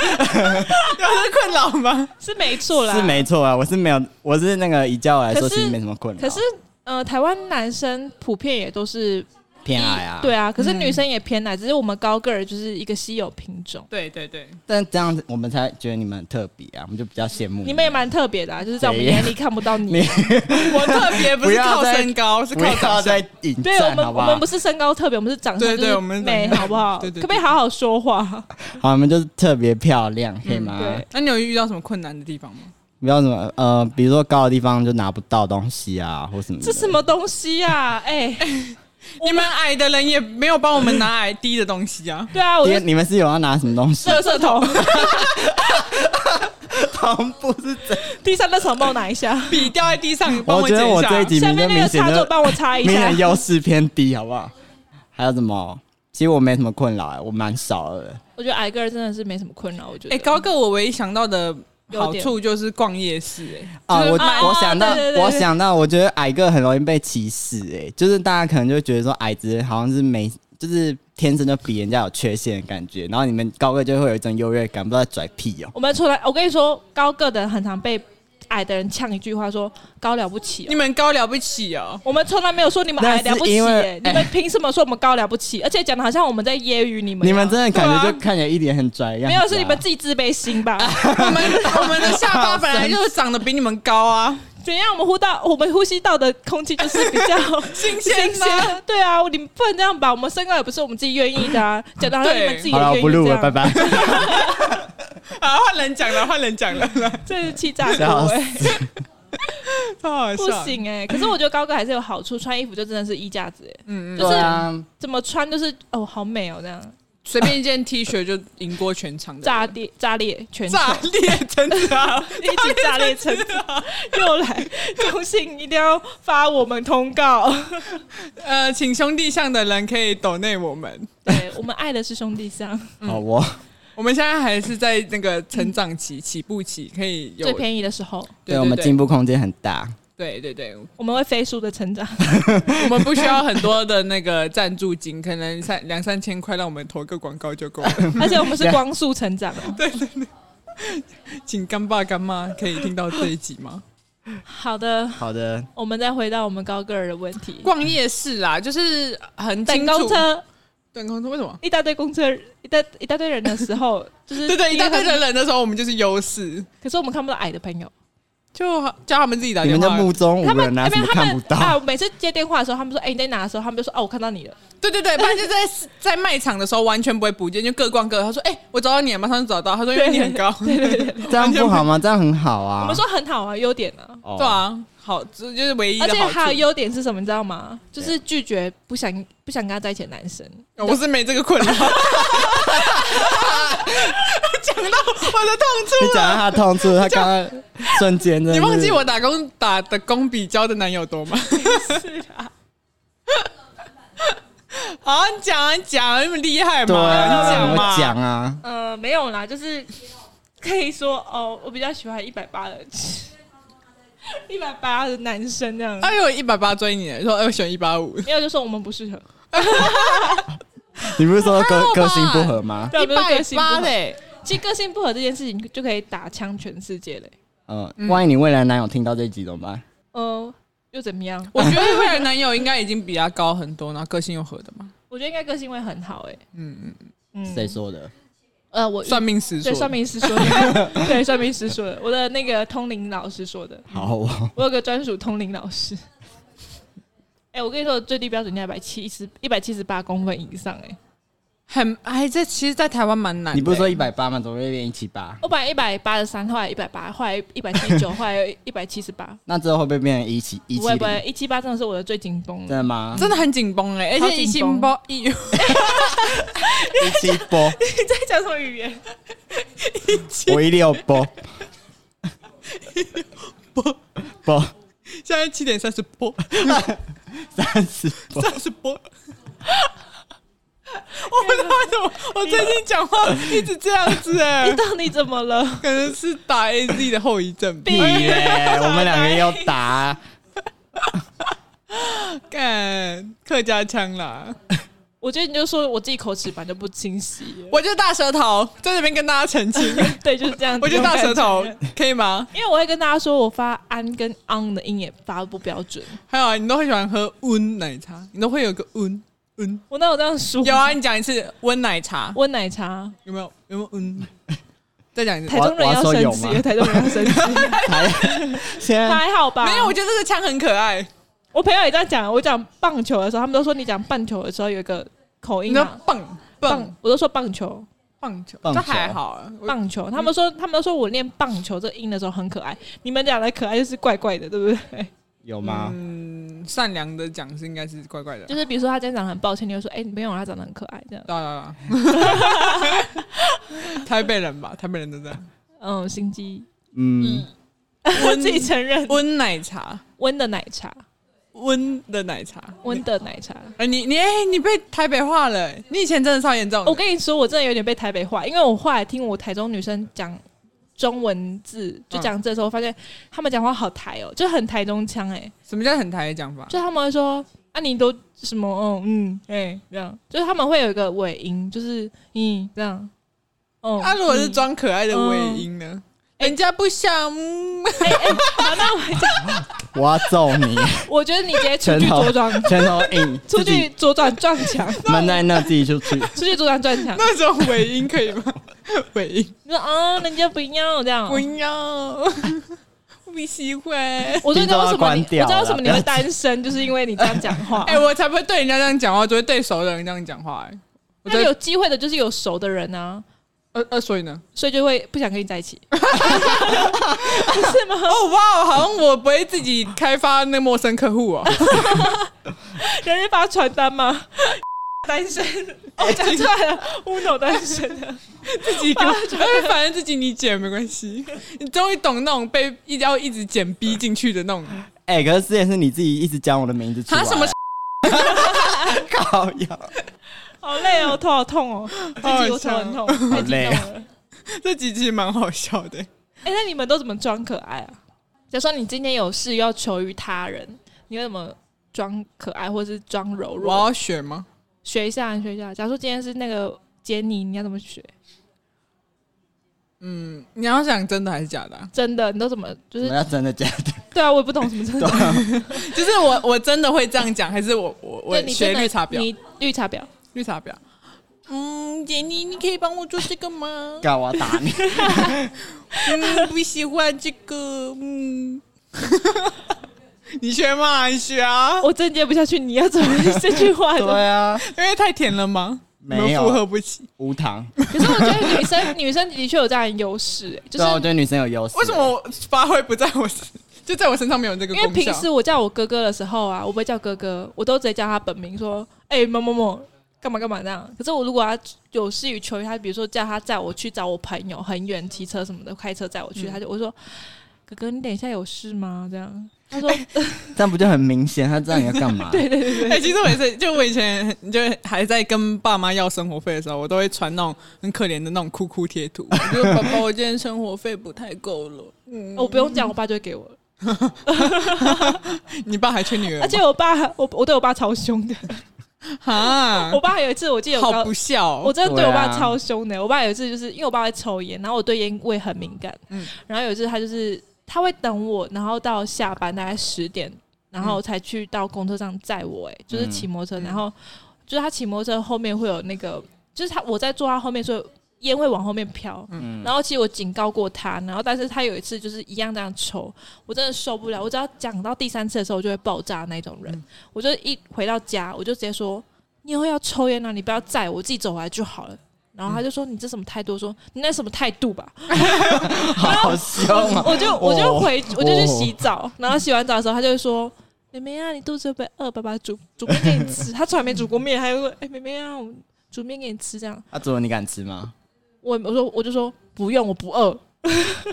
[SPEAKER 1] 有这困扰吗？
[SPEAKER 3] 是没错啦，
[SPEAKER 2] 是没错啊，我是没有，我是那个以较来说
[SPEAKER 3] 可是
[SPEAKER 2] 其实没什么困扰，
[SPEAKER 3] 可是呃，台湾男生普遍也都是
[SPEAKER 2] 偏矮啊。，
[SPEAKER 3] 对啊，可是女生也偏矮，只是我们高个儿就是一个稀有品种。
[SPEAKER 1] 对对对，
[SPEAKER 2] 但这样子我们才觉得你们很特别啊，我们就比较羡慕
[SPEAKER 3] 你们也蛮特别的、啊，就是在我们眼里看不到你。
[SPEAKER 2] 你
[SPEAKER 1] 我特别不
[SPEAKER 2] 不
[SPEAKER 1] 是
[SPEAKER 2] 要
[SPEAKER 1] 靠
[SPEAKER 2] 再
[SPEAKER 1] 身高，是
[SPEAKER 2] 不
[SPEAKER 1] 靠
[SPEAKER 2] 要
[SPEAKER 1] 长相。
[SPEAKER 2] 再引
[SPEAKER 3] 对我
[SPEAKER 2] 战
[SPEAKER 3] 们，
[SPEAKER 2] 好不
[SPEAKER 3] 我们
[SPEAKER 2] 好
[SPEAKER 3] 不？是身高特别，我们是长相
[SPEAKER 1] 对对
[SPEAKER 3] 就是
[SPEAKER 1] 我们
[SPEAKER 3] 美，
[SPEAKER 1] 长相
[SPEAKER 3] 好不好？
[SPEAKER 1] 对对对
[SPEAKER 3] 可不可以好好说话？
[SPEAKER 2] 好，我们就是特别漂亮，可以吗？
[SPEAKER 3] 嗯对
[SPEAKER 1] 那你有遇到什么困难的地方吗？
[SPEAKER 2] 不要什么呃，比如说高的地方就拿不到东西啊，或什么的。
[SPEAKER 3] 这什么东西啊？哎、
[SPEAKER 1] 你们矮的人也没有帮我们拿矮低的东西啊。
[SPEAKER 3] 对啊，我
[SPEAKER 2] 你
[SPEAKER 3] 就
[SPEAKER 2] 你们是有要拿什么东西？
[SPEAKER 3] 垃圾桶，
[SPEAKER 2] 同步是怎
[SPEAKER 3] 地上垃圾桶帮我拿一下，
[SPEAKER 1] 笔掉在地上，帮
[SPEAKER 2] 我觉
[SPEAKER 1] 捡
[SPEAKER 2] 得我
[SPEAKER 1] 一下啊
[SPEAKER 2] 这一。集
[SPEAKER 3] 下
[SPEAKER 2] 明
[SPEAKER 3] 面
[SPEAKER 2] 天
[SPEAKER 3] 那
[SPEAKER 2] 明
[SPEAKER 3] 个
[SPEAKER 2] 显
[SPEAKER 3] 插座
[SPEAKER 2] 就
[SPEAKER 3] 帮我擦一
[SPEAKER 2] 明
[SPEAKER 3] 下
[SPEAKER 2] 显。优势偏低，好不好？还有什么？其实我没什么困扰、我蛮少的。
[SPEAKER 3] 我觉得矮个儿真的是没什么困扰，我觉
[SPEAKER 1] 哎、
[SPEAKER 3] 得。
[SPEAKER 1] 高个我唯一想到的好
[SPEAKER 3] 优点
[SPEAKER 1] 处就是逛夜市、哎，
[SPEAKER 2] 啊，
[SPEAKER 1] 就是
[SPEAKER 2] 我
[SPEAKER 3] 买
[SPEAKER 2] 我想到
[SPEAKER 3] 啊对对，对
[SPEAKER 2] 我想到，我觉得矮个很容易被歧视、哎，就是大家可能就会觉得说矮子好像是没，就是天生就比人家有缺陷的感觉，然后你们高个就会有一种优越感，不知道在拽屁哦、
[SPEAKER 3] 我们出来，我跟你说，高个的人很常被矮的人呛一句话说高了不起、哦
[SPEAKER 1] 你。们高了不起哦、
[SPEAKER 3] 我们从来没有说你们矮了不起、
[SPEAKER 2] 那是因为
[SPEAKER 3] 耶你们凭什么说我们高了不起？而且讲的好像我们在揶揄你们一样，
[SPEAKER 2] 你们真的感觉
[SPEAKER 1] 对啊
[SPEAKER 2] 就看起来一脸很拽啊一样、
[SPEAKER 3] 没有是你们自己自卑心吧？
[SPEAKER 1] 我们我们的下巴本来就长得比你们高啊，
[SPEAKER 3] 怎样？我们呼到我们呼吸到的空气就是比 较
[SPEAKER 1] 新
[SPEAKER 3] 新
[SPEAKER 1] 鲜
[SPEAKER 3] 鲜
[SPEAKER 1] 吗？
[SPEAKER 3] 的，对啊，你们不能这样吧？我 们身高也不是我们自己愿意的啊，讲的好像你们自己也愿
[SPEAKER 2] 好了，我
[SPEAKER 3] 意
[SPEAKER 2] 不录
[SPEAKER 3] 这
[SPEAKER 2] 了，
[SPEAKER 3] 样。
[SPEAKER 2] 拜拜。
[SPEAKER 1] 啊，换人讲了，换人讲了，
[SPEAKER 3] 这是气 炸
[SPEAKER 2] 笑
[SPEAKER 3] 锅
[SPEAKER 2] 死
[SPEAKER 3] 哎、
[SPEAKER 1] 超好笑。
[SPEAKER 3] 不，行哎、可是我觉得高跟还是有好处，穿衣服就真的是衣架子哎、
[SPEAKER 1] 嗯嗯，
[SPEAKER 3] 就是
[SPEAKER 2] 对啊，
[SPEAKER 3] 怎么穿就是哦好美哦这样，
[SPEAKER 1] 随便一件 T 恤就赢过全场的
[SPEAKER 3] 炸裂炸裂全球。
[SPEAKER 1] 炸裂，真的啊！
[SPEAKER 3] 一起炸裂 成又来，中信一定要发我们通告。
[SPEAKER 1] 呃，请兄弟像的人可以抖内我们。
[SPEAKER 3] 对我们爱的是兄弟 相，
[SPEAKER 2] 好哦，
[SPEAKER 1] 我们现在还是在那个成长期、起步期，可以有
[SPEAKER 3] 最便宜的时候，
[SPEAKER 1] 对对
[SPEAKER 2] 我们
[SPEAKER 1] 对
[SPEAKER 2] 进步空间很大。
[SPEAKER 1] 对对对，
[SPEAKER 3] 我们会飞速的成长。
[SPEAKER 1] 我们不需要很多的那个赞助金，可能三两三千块，让我们投个广告就够 了。
[SPEAKER 3] 而且我们 是光速成长哦。
[SPEAKER 1] 请干爸干妈可以听到这一集 吗？
[SPEAKER 3] 好的，
[SPEAKER 2] 好的，
[SPEAKER 3] 我们再回到我们高个儿的问题。
[SPEAKER 1] 逛夜市啦，就是很
[SPEAKER 3] 等
[SPEAKER 1] 清
[SPEAKER 3] 公
[SPEAKER 1] 楚。
[SPEAKER 3] 车，
[SPEAKER 1] 等公车为什么？
[SPEAKER 3] 一大堆公车，一大一大堆人的时候， 就是
[SPEAKER 1] 对对，一大堆
[SPEAKER 3] 因为他
[SPEAKER 1] 的
[SPEAKER 3] 们。
[SPEAKER 1] 人的时候，我们就是优势，
[SPEAKER 3] 可是我们看不到矮的朋友，
[SPEAKER 1] 就叫他们自己打
[SPEAKER 2] 你
[SPEAKER 1] 电
[SPEAKER 2] 们就
[SPEAKER 1] 话。
[SPEAKER 2] 目中
[SPEAKER 3] 他
[SPEAKER 2] 无
[SPEAKER 3] 们
[SPEAKER 2] 人啊，
[SPEAKER 3] 哎
[SPEAKER 2] 什
[SPEAKER 3] 没有
[SPEAKER 2] 么
[SPEAKER 3] 他
[SPEAKER 2] 看不
[SPEAKER 3] 们
[SPEAKER 2] 到？
[SPEAKER 3] 啊！我每次接电话的时候，他们说：“哎，你在哪？”的时候，他们就说：“哦，我看到你了。
[SPEAKER 1] 对对对，不然就在在卖场的时候完全不会不见，就各逛各的。他说：“哎、我找到你了，马上就找到。”他说：“因为你很高。”对对对，
[SPEAKER 2] 这样不好吗？这样很好”啊。
[SPEAKER 3] 我们说很好啊，优点啊。
[SPEAKER 2] 哦
[SPEAKER 1] 对，啊，好，这就是唯一的
[SPEAKER 3] 而且
[SPEAKER 1] 好
[SPEAKER 3] 还有
[SPEAKER 1] 处。
[SPEAKER 3] 优点是什么？你知道吗？就是拒绝不想不想跟他在一起的男生。
[SPEAKER 1] 哦我是没这个困扰。讲到我的痛处
[SPEAKER 2] 你
[SPEAKER 1] 了，
[SPEAKER 2] 讲到他的痛处，他刚刚瞬间真的
[SPEAKER 1] 你
[SPEAKER 2] 是
[SPEAKER 1] 忘记我打工打的工比交的男友多吗？
[SPEAKER 3] 是啊，
[SPEAKER 1] 好，你讲啊你讲啊，那么厉害吗？
[SPEAKER 2] 对啊，
[SPEAKER 1] 你
[SPEAKER 2] 你怎
[SPEAKER 1] 讲嘛
[SPEAKER 2] 么讲啊？
[SPEAKER 3] 呃，没有啦，就是可以说哦，我比较喜欢一百八的， 一百八的男生这样。
[SPEAKER 1] 哎呦，一百八追你，说哎我选一八五，
[SPEAKER 3] 没有就说我们不适合，
[SPEAKER 2] 你不是说
[SPEAKER 1] 还
[SPEAKER 2] 个
[SPEAKER 1] 好吧
[SPEAKER 2] 个性不合吗？
[SPEAKER 3] 对啊
[SPEAKER 1] 一
[SPEAKER 3] 不是
[SPEAKER 1] 百
[SPEAKER 3] 个性不
[SPEAKER 1] 八
[SPEAKER 3] 合
[SPEAKER 1] 嘞，
[SPEAKER 3] 其实个性不合这件事情就可以打枪全世界嘞。
[SPEAKER 2] 嗯，万一你未来男友听到这一集怎么办？
[SPEAKER 3] 呃，又怎么样？
[SPEAKER 1] 我觉得未来男友应该已经比他高很多，然后个性又合的嘛。
[SPEAKER 3] 我觉得应该个性会很好哎、
[SPEAKER 1] 嗯嗯，
[SPEAKER 3] 嗯，
[SPEAKER 2] 谁？说的？
[SPEAKER 3] 呃，我
[SPEAKER 1] 算命师说
[SPEAKER 3] 对
[SPEAKER 1] 的，
[SPEAKER 3] 算命师说的，对算命师说的，我的那个通灵老师说的，
[SPEAKER 2] 好哦，
[SPEAKER 3] 我有个专属通灵老师。 哎、我跟你说，我最低标准要一百七十一百七十八公分以上哎、
[SPEAKER 1] 很哎，这其实，在台湾蛮难的。
[SPEAKER 2] 你不是说一百八吗？怎么会变一七八？
[SPEAKER 3] 我本来一百八十三，后来一百八，后来一百七十九， 后来一百七十八。
[SPEAKER 2] 那之后会不会变成一七一
[SPEAKER 3] 不
[SPEAKER 2] 七
[SPEAKER 3] 会不
[SPEAKER 2] 零
[SPEAKER 3] 会？，一七八真的是我的最紧绷了。
[SPEAKER 2] 真的吗？
[SPEAKER 1] 真的很紧绷哎，而
[SPEAKER 3] 超
[SPEAKER 1] 且一
[SPEAKER 3] 紧绷
[SPEAKER 1] 心包一
[SPEAKER 2] 一七波，
[SPEAKER 3] 你在讲什么语言？
[SPEAKER 2] 我一六波，波波
[SPEAKER 1] 现在七点三十播，
[SPEAKER 2] 三十波，
[SPEAKER 1] 三十 播。我不知道为什么，我最近讲话一直这样子哎、
[SPEAKER 3] 你到底怎么了？
[SPEAKER 1] 可能是打 A Z 的后遗症吧
[SPEAKER 2] 屁。嘞！ 我们两个要打，
[SPEAKER 1] 干客家腔啦，
[SPEAKER 3] 我觉得你就说我自己口齿本来就不清晰了。
[SPEAKER 1] 我就大舌头，在这边跟大家澄 清，
[SPEAKER 3] 对，就是这样子。
[SPEAKER 1] 我就大舌头
[SPEAKER 3] 这种感觉，
[SPEAKER 1] 可以吗？
[SPEAKER 3] 因为我会跟大家说，我发安跟 on 的音也发不标准。
[SPEAKER 1] 还有啊，你都会喜欢喝温奶茶，你都会有个温温。
[SPEAKER 3] 我哪有这样说？
[SPEAKER 1] 有啊，你讲一次温奶茶，
[SPEAKER 3] 温奶茶，
[SPEAKER 1] 有没有？有没有？嗯，再讲一次
[SPEAKER 3] 台。中人要
[SPEAKER 2] 我要
[SPEAKER 3] 生
[SPEAKER 2] 说有
[SPEAKER 3] 气
[SPEAKER 2] 吗
[SPEAKER 3] 了，台中人要生气，
[SPEAKER 2] 还现在
[SPEAKER 3] 还好吧？
[SPEAKER 1] 没有，我觉得这个腔很可爱。
[SPEAKER 3] 我朋友也这样讲。我讲棒球的时候，他们都说你讲棒球的时候有一个口
[SPEAKER 1] 你
[SPEAKER 3] 音
[SPEAKER 1] 说
[SPEAKER 3] 啊，
[SPEAKER 1] 棒棒
[SPEAKER 3] 棒，我都说棒球，
[SPEAKER 1] 棒球，
[SPEAKER 2] 棒
[SPEAKER 1] 这
[SPEAKER 2] 球
[SPEAKER 1] 还好啊。我
[SPEAKER 3] 棒球。他们说，他们都说我念棒球这个音的时候很可爱，你们讲的可爱就是怪怪的，对不 对？
[SPEAKER 2] 有吗？
[SPEAKER 1] 嗯，善良的讲是应该是怪怪的。对
[SPEAKER 3] 就
[SPEAKER 1] 啊
[SPEAKER 3] 是比如说他今天长得很抱歉，你就说，哎、没有，他长得很可爱，这样。
[SPEAKER 1] 对 啊对啊，台北人吧，台北人都这样。
[SPEAKER 3] 嗯，心机，
[SPEAKER 2] 嗯，
[SPEAKER 3] 我 自己承认。
[SPEAKER 1] 温奶茶，
[SPEAKER 3] 温的奶茶，嗯
[SPEAKER 1] 温的奶茶。
[SPEAKER 3] 温的奶茶。
[SPEAKER 1] 哎，你你哎，你被台北化了欸。你以前真的超严重的。
[SPEAKER 3] 我跟你说，我真的有点被台北化，因为我后来听我台中女生讲中文字，就讲这时候，我发现他们讲话好台哦，就很台中腔哎、
[SPEAKER 1] 什么叫很台的讲法？
[SPEAKER 3] 就他们会说啊，你都什么哦嗯哎、这样，就是他们会有一个尾音，就是嗯这样。哦，
[SPEAKER 1] 啊，如果是
[SPEAKER 3] 嗯，
[SPEAKER 1] 装可爱的尾音呢？哎
[SPEAKER 3] 嗯
[SPEAKER 1] 人家不 想。嗯
[SPEAKER 3] 哎哎，好那我
[SPEAKER 2] 我要揍 你，
[SPEAKER 3] 我觉得你直接出
[SPEAKER 2] 拳
[SPEAKER 3] 去
[SPEAKER 2] 头
[SPEAKER 3] 左转，
[SPEAKER 2] 拳头硬，
[SPEAKER 3] 出
[SPEAKER 2] 自
[SPEAKER 3] 去
[SPEAKER 2] 己
[SPEAKER 3] 左转撞墙，
[SPEAKER 2] 闷在那，自己就去。
[SPEAKER 3] 出去左转撞 墙。
[SPEAKER 1] 那种尾音可以吗？ 尾音
[SPEAKER 3] 你说啊，人家不要这样。
[SPEAKER 1] 不要，我不喜欢。
[SPEAKER 3] 我说你知道为什么你，
[SPEAKER 2] 逼都要关掉
[SPEAKER 3] 我知道为什么你
[SPEAKER 2] 了
[SPEAKER 3] 会
[SPEAKER 2] 不要
[SPEAKER 3] 单身，就是因为你这样讲话。
[SPEAKER 1] 哎、我才不会对人家这样讲话，我只会对熟的人这样讲话、哎，我
[SPEAKER 3] 那
[SPEAKER 1] 对
[SPEAKER 3] 有机会的就是有熟的人啊。
[SPEAKER 1] 呃呃，所以呢？
[SPEAKER 3] 所以就会不想跟你在 一起， 是吗？
[SPEAKER 1] 哦哇，好像我不会自己开发那陌生客 户哦。
[SPEAKER 3] 有人发传单吗？ 单身，哦，讲出来了，乌脑单身 的，
[SPEAKER 1] 自己跟，哎，反正自己你剪没关 系。你终于懂那种被一要一直剪逼进去的那种。
[SPEAKER 2] 哎、可是之前是你自己一直讲我的名字出来，
[SPEAKER 1] 他什 么？
[SPEAKER 2] 搞呀？
[SPEAKER 3] 好累哦，头好痛哦，这集我头很痛，太激动了。
[SPEAKER 1] 这几集蛮好笑的。
[SPEAKER 3] 哎、那你们都怎么装可爱啊？假如说你今天有事要求于他人，你会怎么装可爱，或是装柔
[SPEAKER 1] 我
[SPEAKER 3] 弱？
[SPEAKER 1] 要学吗？
[SPEAKER 3] 学一下，学一下。假如说今天是那个杰尼，你要怎么学？
[SPEAKER 1] 嗯，你要想真的还是假的啊、
[SPEAKER 3] 真的，你都怎么？就
[SPEAKER 2] 我
[SPEAKER 3] 是
[SPEAKER 2] 要真的假的？
[SPEAKER 3] 对啊，我也不懂什么真的。
[SPEAKER 1] 就是我我真的会这样讲，还是我 我我
[SPEAKER 3] 对你
[SPEAKER 1] 学
[SPEAKER 3] 真的
[SPEAKER 1] 绿茶婊？
[SPEAKER 3] 你绿茶婊，
[SPEAKER 1] 绿茶婊。嗯，杰尼，你可以帮我做这个 吗？
[SPEAKER 2] 搞我打 你！
[SPEAKER 1] 嗯，不喜欢这个。嗯， 你学嘛，你学啊，
[SPEAKER 3] 我真接不下去。你要怎么 这句话？
[SPEAKER 2] 对啊，
[SPEAKER 1] 因为太甜了吗？
[SPEAKER 2] 没有
[SPEAKER 1] 你们负荷不起。
[SPEAKER 2] 无糖。
[SPEAKER 3] 可是我觉得女生 女生的确有这样的优势、哎就
[SPEAKER 2] 对啊，我
[SPEAKER 3] 是
[SPEAKER 2] 觉得女生有优势。
[SPEAKER 1] 为什么我发挥不在我身， 就在我身上没有这个
[SPEAKER 3] 因为
[SPEAKER 1] 功
[SPEAKER 3] 平
[SPEAKER 1] 效？
[SPEAKER 3] 时我叫我哥哥的时候啊，我不会叫哥哥，我都直接叫他本名说，哎、某某某，干嘛干嘛这样。可是我如果要有事于求于他，比如说叫他载我去找我朋友很远，骑车什么的，开车载我去，
[SPEAKER 1] 嗯
[SPEAKER 3] 他就我说，哥哥，你等一下有事吗？这样，他说，
[SPEAKER 2] 这样不就很明显？他知道你要 干嘛？对对，
[SPEAKER 1] 哎、其实我也是，就我以前就还在跟爸妈要生活费的时候，我都会传那种很可怜的那种哭哭贴图， 我就说爸爸，我今天生活费不太够了。嗯，
[SPEAKER 3] 哦我不用讲，我爸就会给我了。
[SPEAKER 1] 你爸还缺女儿吗？
[SPEAKER 3] 而且我爸，我我对我爸超凶的，
[SPEAKER 1] 哈
[SPEAKER 3] 我，爸有一次我记得我
[SPEAKER 1] 啊好
[SPEAKER 3] 高
[SPEAKER 1] 不孝、哦。
[SPEAKER 3] 我真的对我爸
[SPEAKER 2] 对啊
[SPEAKER 3] 超凶的。我爸有一次就是因为我爸会抽烟，然后我对烟味很敏感，
[SPEAKER 1] 嗯
[SPEAKER 3] 然后有一次他就是他会等我，然后到下班大概十点，然后才去到公车上载我、哎，就是骑摩托车，然后就是他骑摩托车后面会有那个，就是他我在坐他后面，所以烟会往后面飘。
[SPEAKER 2] 嗯，
[SPEAKER 3] 然后其实我警告过他，然后但是他有一次就是一样这样抽，我真的受不了。我只要讲到第三次的时候，我就会爆炸那种人。我就一回到家，我就直接说：“你以后要抽烟啊，你不要载我，我自己走回来就好了。”然后他就说：“你这什么态度？”我说：“你那什么态度吧？”
[SPEAKER 2] 好凶啊！
[SPEAKER 3] 我就我就回，我就去
[SPEAKER 2] 哦
[SPEAKER 3] 洗澡，然后洗完澡的时候，他就会说：“妹妹啊，你肚子会不会饿？爸爸煮 煮面给你吃。”他从来没煮过面，他就说：“哎、妹妹啊，我们煮面给你吃。”这样，
[SPEAKER 2] 阿卓，你敢吃吗？
[SPEAKER 3] 我我说我就说不用，我不饿，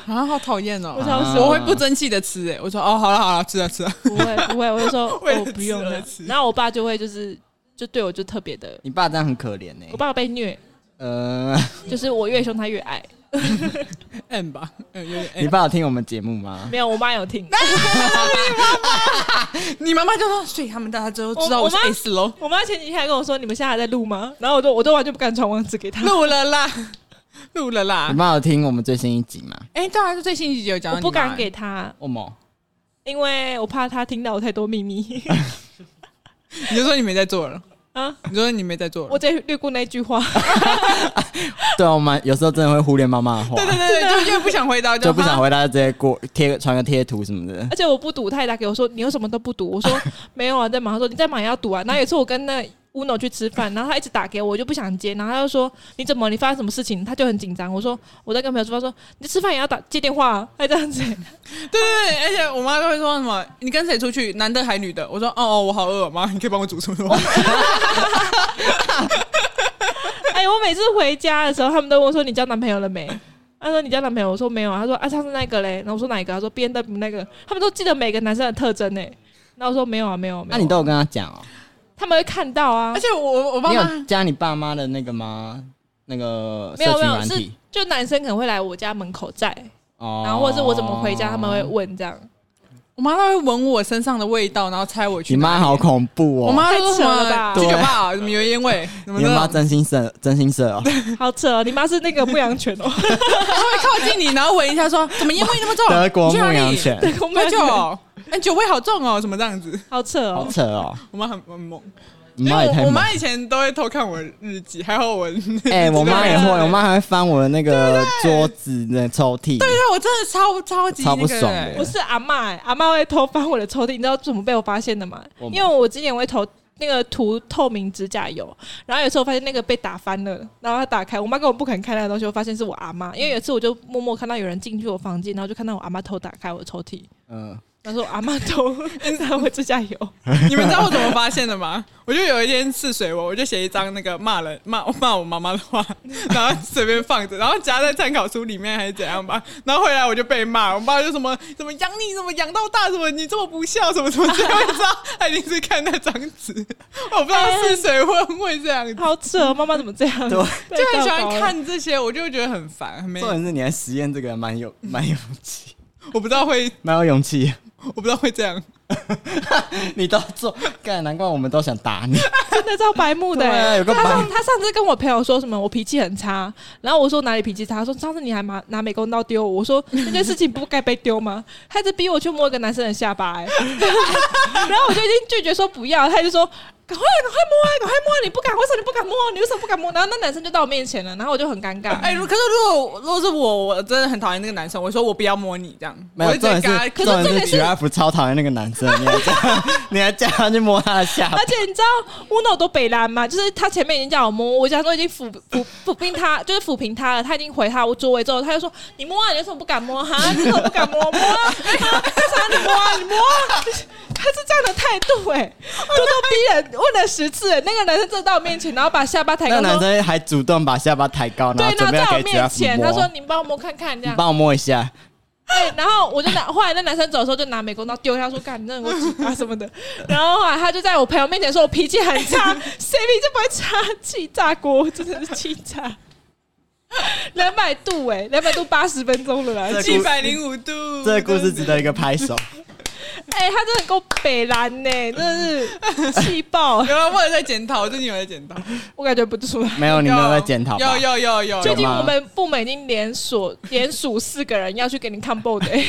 [SPEAKER 1] 啊，好讨厌哦！
[SPEAKER 3] 我
[SPEAKER 1] 啊
[SPEAKER 3] 超
[SPEAKER 2] 啊
[SPEAKER 1] 我会不争气的吃、哎，我说哦，好了好了，吃啊吃啊，
[SPEAKER 3] 不会 不会，我就说
[SPEAKER 1] 为了
[SPEAKER 3] 我不用
[SPEAKER 1] 吃而
[SPEAKER 3] 了
[SPEAKER 1] 吃。
[SPEAKER 3] 然后我爸就会就是就对我就特别的，
[SPEAKER 2] 你爸这样很可怜呢、
[SPEAKER 3] 我爸被虐，
[SPEAKER 2] 呃，
[SPEAKER 3] 就是我越凶他越爱。
[SPEAKER 1] 嗯吧，嗯，有点 M
[SPEAKER 2] 你爸有听我们节目吗？
[SPEAKER 3] 没有，我妈有听，
[SPEAKER 1] 你妈妈就说，所以他们大家都知道
[SPEAKER 3] 我
[SPEAKER 1] 我是
[SPEAKER 3] 我妈
[SPEAKER 1] S 喽，
[SPEAKER 3] 我妈前几天还跟我说：“你们现在还在录吗？”然后我都我都完全不敢传网址给她，
[SPEAKER 1] 录了啦，录了啦
[SPEAKER 2] 你。爸有听我们最新一集吗？
[SPEAKER 1] 哎、对啊，就最新一集有讲到
[SPEAKER 3] 我
[SPEAKER 1] 你
[SPEAKER 3] 不
[SPEAKER 1] 妈
[SPEAKER 3] 敢
[SPEAKER 1] 哎
[SPEAKER 3] 给她，
[SPEAKER 2] 哦么？
[SPEAKER 3] 因为我怕她听到我太多秘密。
[SPEAKER 1] 你就说你没在做了，
[SPEAKER 3] 啊，
[SPEAKER 1] 你就说你没在做了
[SPEAKER 3] 我。直接略过那句话，
[SPEAKER 2] 对啊，我们有时候真的会忽略妈妈的话，
[SPEAKER 1] 对对对对，就越不想回 答，
[SPEAKER 2] 就不想
[SPEAKER 1] 回。
[SPEAKER 2] 回答，就直接过贴传个贴图什么的。
[SPEAKER 3] 而且我不赌，他也打给我说你有什么都不赌，我说 没有啊，在忙。他说你在忙也要赌啊。然后有一次我跟那 Uno 去吃饭，然后他一直打给我，我就不想接，然后他就说你怎么，你发生什么事情？他就很紧张。我说我在跟朋友吃饭，他说你吃饭也要打接电话、啊，还这样子。
[SPEAKER 1] 对对对，而且我妈都会说什么，你跟谁出去，男的还女的？我说哦哦，我好饿，妈，你可以帮我煮什么吗？
[SPEAKER 3] 哎，我每次回家的时候，他们都问我说你交男朋友了没？他说你交男朋友，我说没有啊。他说啊，上次那个嘞，然后我说哪一个？他说 B N W 那个，他们都记得每个男生的特征呢、然后我说没有啊，没有、啊，没有
[SPEAKER 2] 那、
[SPEAKER 3] 啊、
[SPEAKER 2] 你都有跟他讲哦、
[SPEAKER 3] 他们会看到啊
[SPEAKER 1] 而，且我我我爸
[SPEAKER 2] 你
[SPEAKER 1] 妈
[SPEAKER 2] 有加你爸妈的那个吗？那个
[SPEAKER 3] 没
[SPEAKER 2] 社
[SPEAKER 3] 有
[SPEAKER 2] 群
[SPEAKER 3] 没有
[SPEAKER 2] 软
[SPEAKER 3] 是
[SPEAKER 2] 体
[SPEAKER 3] 就男生可能会来我家门口载，
[SPEAKER 2] 哦，
[SPEAKER 3] 然后或者是我怎么回家，他们会问这样。
[SPEAKER 1] 我妈她会闻我身上的味道，然后猜我去
[SPEAKER 2] 你
[SPEAKER 1] 哪
[SPEAKER 2] 妈
[SPEAKER 1] 里
[SPEAKER 2] 好恐怖哦！
[SPEAKER 1] 我妈说什
[SPEAKER 3] 太扯了
[SPEAKER 1] 么
[SPEAKER 3] 吧
[SPEAKER 1] 去酒吧啊什么油烟味，什么
[SPEAKER 2] 你
[SPEAKER 1] 那
[SPEAKER 2] 妈
[SPEAKER 1] 种
[SPEAKER 2] 真心社真心社 哦，
[SPEAKER 3] 好扯哦，你妈是那个牧羊犬 哦，
[SPEAKER 1] 她会靠近你，然后闻一下说怎么烟味那么重？
[SPEAKER 2] 德国
[SPEAKER 1] 你去
[SPEAKER 2] 牧
[SPEAKER 1] 哪里
[SPEAKER 2] 羊，犬，
[SPEAKER 3] 对，公
[SPEAKER 1] 喝
[SPEAKER 3] 羊
[SPEAKER 1] 酒
[SPEAKER 3] 犬，
[SPEAKER 1] 哦，哎酒味好重哦，什么这样子？
[SPEAKER 3] 好扯
[SPEAKER 2] 好
[SPEAKER 3] 哦。
[SPEAKER 2] 扯哦！
[SPEAKER 1] 我妈很很猛，
[SPEAKER 2] 你
[SPEAKER 1] 因
[SPEAKER 2] 妈
[SPEAKER 1] 为
[SPEAKER 2] 也太
[SPEAKER 1] 我我
[SPEAKER 2] 猛了。
[SPEAKER 1] 妈以前都会偷看我的日记，还有我
[SPEAKER 2] 哎、我妈
[SPEAKER 3] 啊
[SPEAKER 2] 也会，我妈还会翻我的那个桌子的抽屉。
[SPEAKER 1] 对啊，我真的超超级
[SPEAKER 2] 超不
[SPEAKER 1] 那个
[SPEAKER 2] 爽
[SPEAKER 1] 欸
[SPEAKER 2] 的
[SPEAKER 3] 我是阿嬷欸，阿嬷会偷翻我的抽屉，你知道怎么被我发现的吗？
[SPEAKER 2] 我
[SPEAKER 3] 因为我之前会偷那个涂透明指甲油，然后有时候我发现那个被打翻了，然后他打开，我妈根本不肯看那个东西，我发现是我阿妈，因为有一次我就默默看到有人进去我房间，然后就看到我阿妈偷打开我的抽屉，
[SPEAKER 2] 嗯，
[SPEAKER 3] 她说我阿妈 偷拿我指甲油，
[SPEAKER 2] 欸
[SPEAKER 1] 你们知道我怎么发现的吗？我就有一天试水我，我就写一张那个骂人骂 骂我妈妈的 话，然后随便放着，然后夹在参考书里面还是怎样吧。然后回来我就被骂，我爸就什么怎么养你，怎么养到大，什么你这么不孝，什么什么这样，你知道？ 他一定是看那张纸，我不知道试水会会这样子，
[SPEAKER 3] 好扯，哦妈妈怎么这样？
[SPEAKER 2] 对，
[SPEAKER 1] 就很喜
[SPEAKER 3] 被告
[SPEAKER 1] 欢
[SPEAKER 3] 高了。
[SPEAKER 1] 看这些，我就会觉得很烦，很没
[SPEAKER 2] 重，点是你来实验这个蛮有蛮有气，
[SPEAKER 1] 我不知道会，
[SPEAKER 2] 蛮有勇气。
[SPEAKER 1] 我不知道会这样。
[SPEAKER 2] 你都做，干难怪我们都想打你。
[SPEAKER 3] 真的超白目的、欸
[SPEAKER 2] 对啊有个
[SPEAKER 3] 他
[SPEAKER 2] 白
[SPEAKER 3] 上他上次跟我朋友说什么，我脾气很差，然后我说哪里脾气差，他说上次你还拿拿美工刀丢我，我说那件事情不该被丢吗？ 他一直逼我去摸一个男生的下巴、欸， 然后我就已经拒绝说不要，他就说。赶快，赶快摸啊！赶快摸啊！你不敢，为什么你不敢摸？你为什么不敢摸？然后那男生就到我面前了，然后我就很尴尬。
[SPEAKER 1] 哎、如可是如果如果是我，我真的很讨厌那个男生，我说我不要摸你这样，
[SPEAKER 2] 没有，
[SPEAKER 1] 我就
[SPEAKER 2] 重
[SPEAKER 1] 直
[SPEAKER 2] 点
[SPEAKER 1] 接跟他
[SPEAKER 2] 是
[SPEAKER 1] 可是
[SPEAKER 2] 重点
[SPEAKER 1] 这
[SPEAKER 2] 是
[SPEAKER 1] 个是
[SPEAKER 2] 菊儿不超讨厌那个 男生，你还叫他你还叫他去摸他的下巴
[SPEAKER 3] 而，且你知道乌诺多北兰嘛？就是他前面已经叫我摸，我假装已经抚抚抚平他，就是抚平他了。他已经回他我座位之后，他就说：“你摸啊，你为什么不敢摸？哈，你为什么不敢摸？摸啊，哈为啥你摸啊？你摸啊！”他是这样的态度 哎、咄咄逼人，问了十次、哎那个男生真的到我面前，然后把下巴抬
[SPEAKER 2] 那
[SPEAKER 3] 高，
[SPEAKER 2] 个男
[SPEAKER 3] 说
[SPEAKER 2] 生还主动把下巴抬高，：“
[SPEAKER 3] 对
[SPEAKER 2] 然后，
[SPEAKER 3] 然
[SPEAKER 2] 准
[SPEAKER 3] 后
[SPEAKER 2] 备
[SPEAKER 3] 在
[SPEAKER 2] 要
[SPEAKER 3] 我
[SPEAKER 2] 给菊
[SPEAKER 3] 面
[SPEAKER 2] 儿抚
[SPEAKER 3] 前，他说
[SPEAKER 2] 摸，：‘
[SPEAKER 3] 你帮我摸看看’这
[SPEAKER 2] 你
[SPEAKER 3] 样。”
[SPEAKER 2] 帮我摸一下。
[SPEAKER 3] 对，然后我就拿，后来那男生走的时候就拿美工刀丢他说：“干，你真的给我几巴什么的。”然后后来他就在我朋友面前说我脾气很
[SPEAKER 2] 哎
[SPEAKER 3] 差，谁脾气不会差？气炸锅，真的是气炸。两百度哎、两百度八十分钟了啦！
[SPEAKER 2] 这
[SPEAKER 1] 一
[SPEAKER 2] 故
[SPEAKER 1] 百零五
[SPEAKER 3] 嗯
[SPEAKER 1] 度，
[SPEAKER 2] 这个故事值得一个拍手。
[SPEAKER 3] 哎、他真的够北蓝呢、真的是气爆，
[SPEAKER 1] 有啊，我有在检讨，我最近有在检讨。
[SPEAKER 3] 我感觉不出来。
[SPEAKER 2] 没有，你没有在检讨吧。
[SPEAKER 1] 有有有有，
[SPEAKER 3] 最
[SPEAKER 1] 有
[SPEAKER 3] 近
[SPEAKER 2] 吗
[SPEAKER 3] 我们部门已经连锁连属四个人要去给你看 b o 的、欸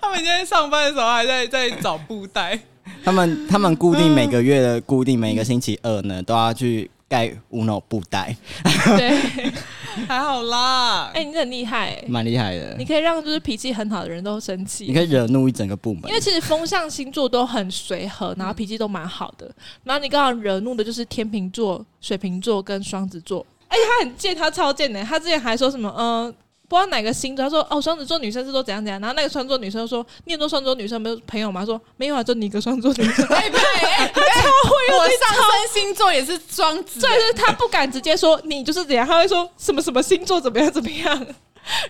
[SPEAKER 1] 他们今天上班的时候还在在找布 袋，
[SPEAKER 2] 他们他们固定
[SPEAKER 3] 嗯
[SPEAKER 2] 每个月的固定每个星期二呢，都要去盖无脑布袋，
[SPEAKER 3] 对，
[SPEAKER 1] 还好啦。
[SPEAKER 3] 哎、你真的很厉害、欸，
[SPEAKER 2] 蛮厉害的
[SPEAKER 3] 你。可以让就是脾气很好的人都生气。
[SPEAKER 2] 嗯你可以惹怒一整个部门
[SPEAKER 3] 因，为其实风象星座都很随和，然后脾气都蛮好的。然后你刚好惹怒的就是天秤座、水瓶座跟双子座。哎、他很贱，他超贱的。他之前还说什么，嗯、不知道哪个星座，他说哦，双子座女生是都怎样怎样。然后那个双子座女生说，你很多双子座女生没有朋友吗？她说没有啊，就你一个双子座女 生。
[SPEAKER 1] 哎，对，哎
[SPEAKER 3] 超会用
[SPEAKER 1] 我
[SPEAKER 3] 这
[SPEAKER 1] 上升星座也是双子
[SPEAKER 3] 这，是他不敢直接说你就是怎样，他会说什么什么星座怎么样怎么样，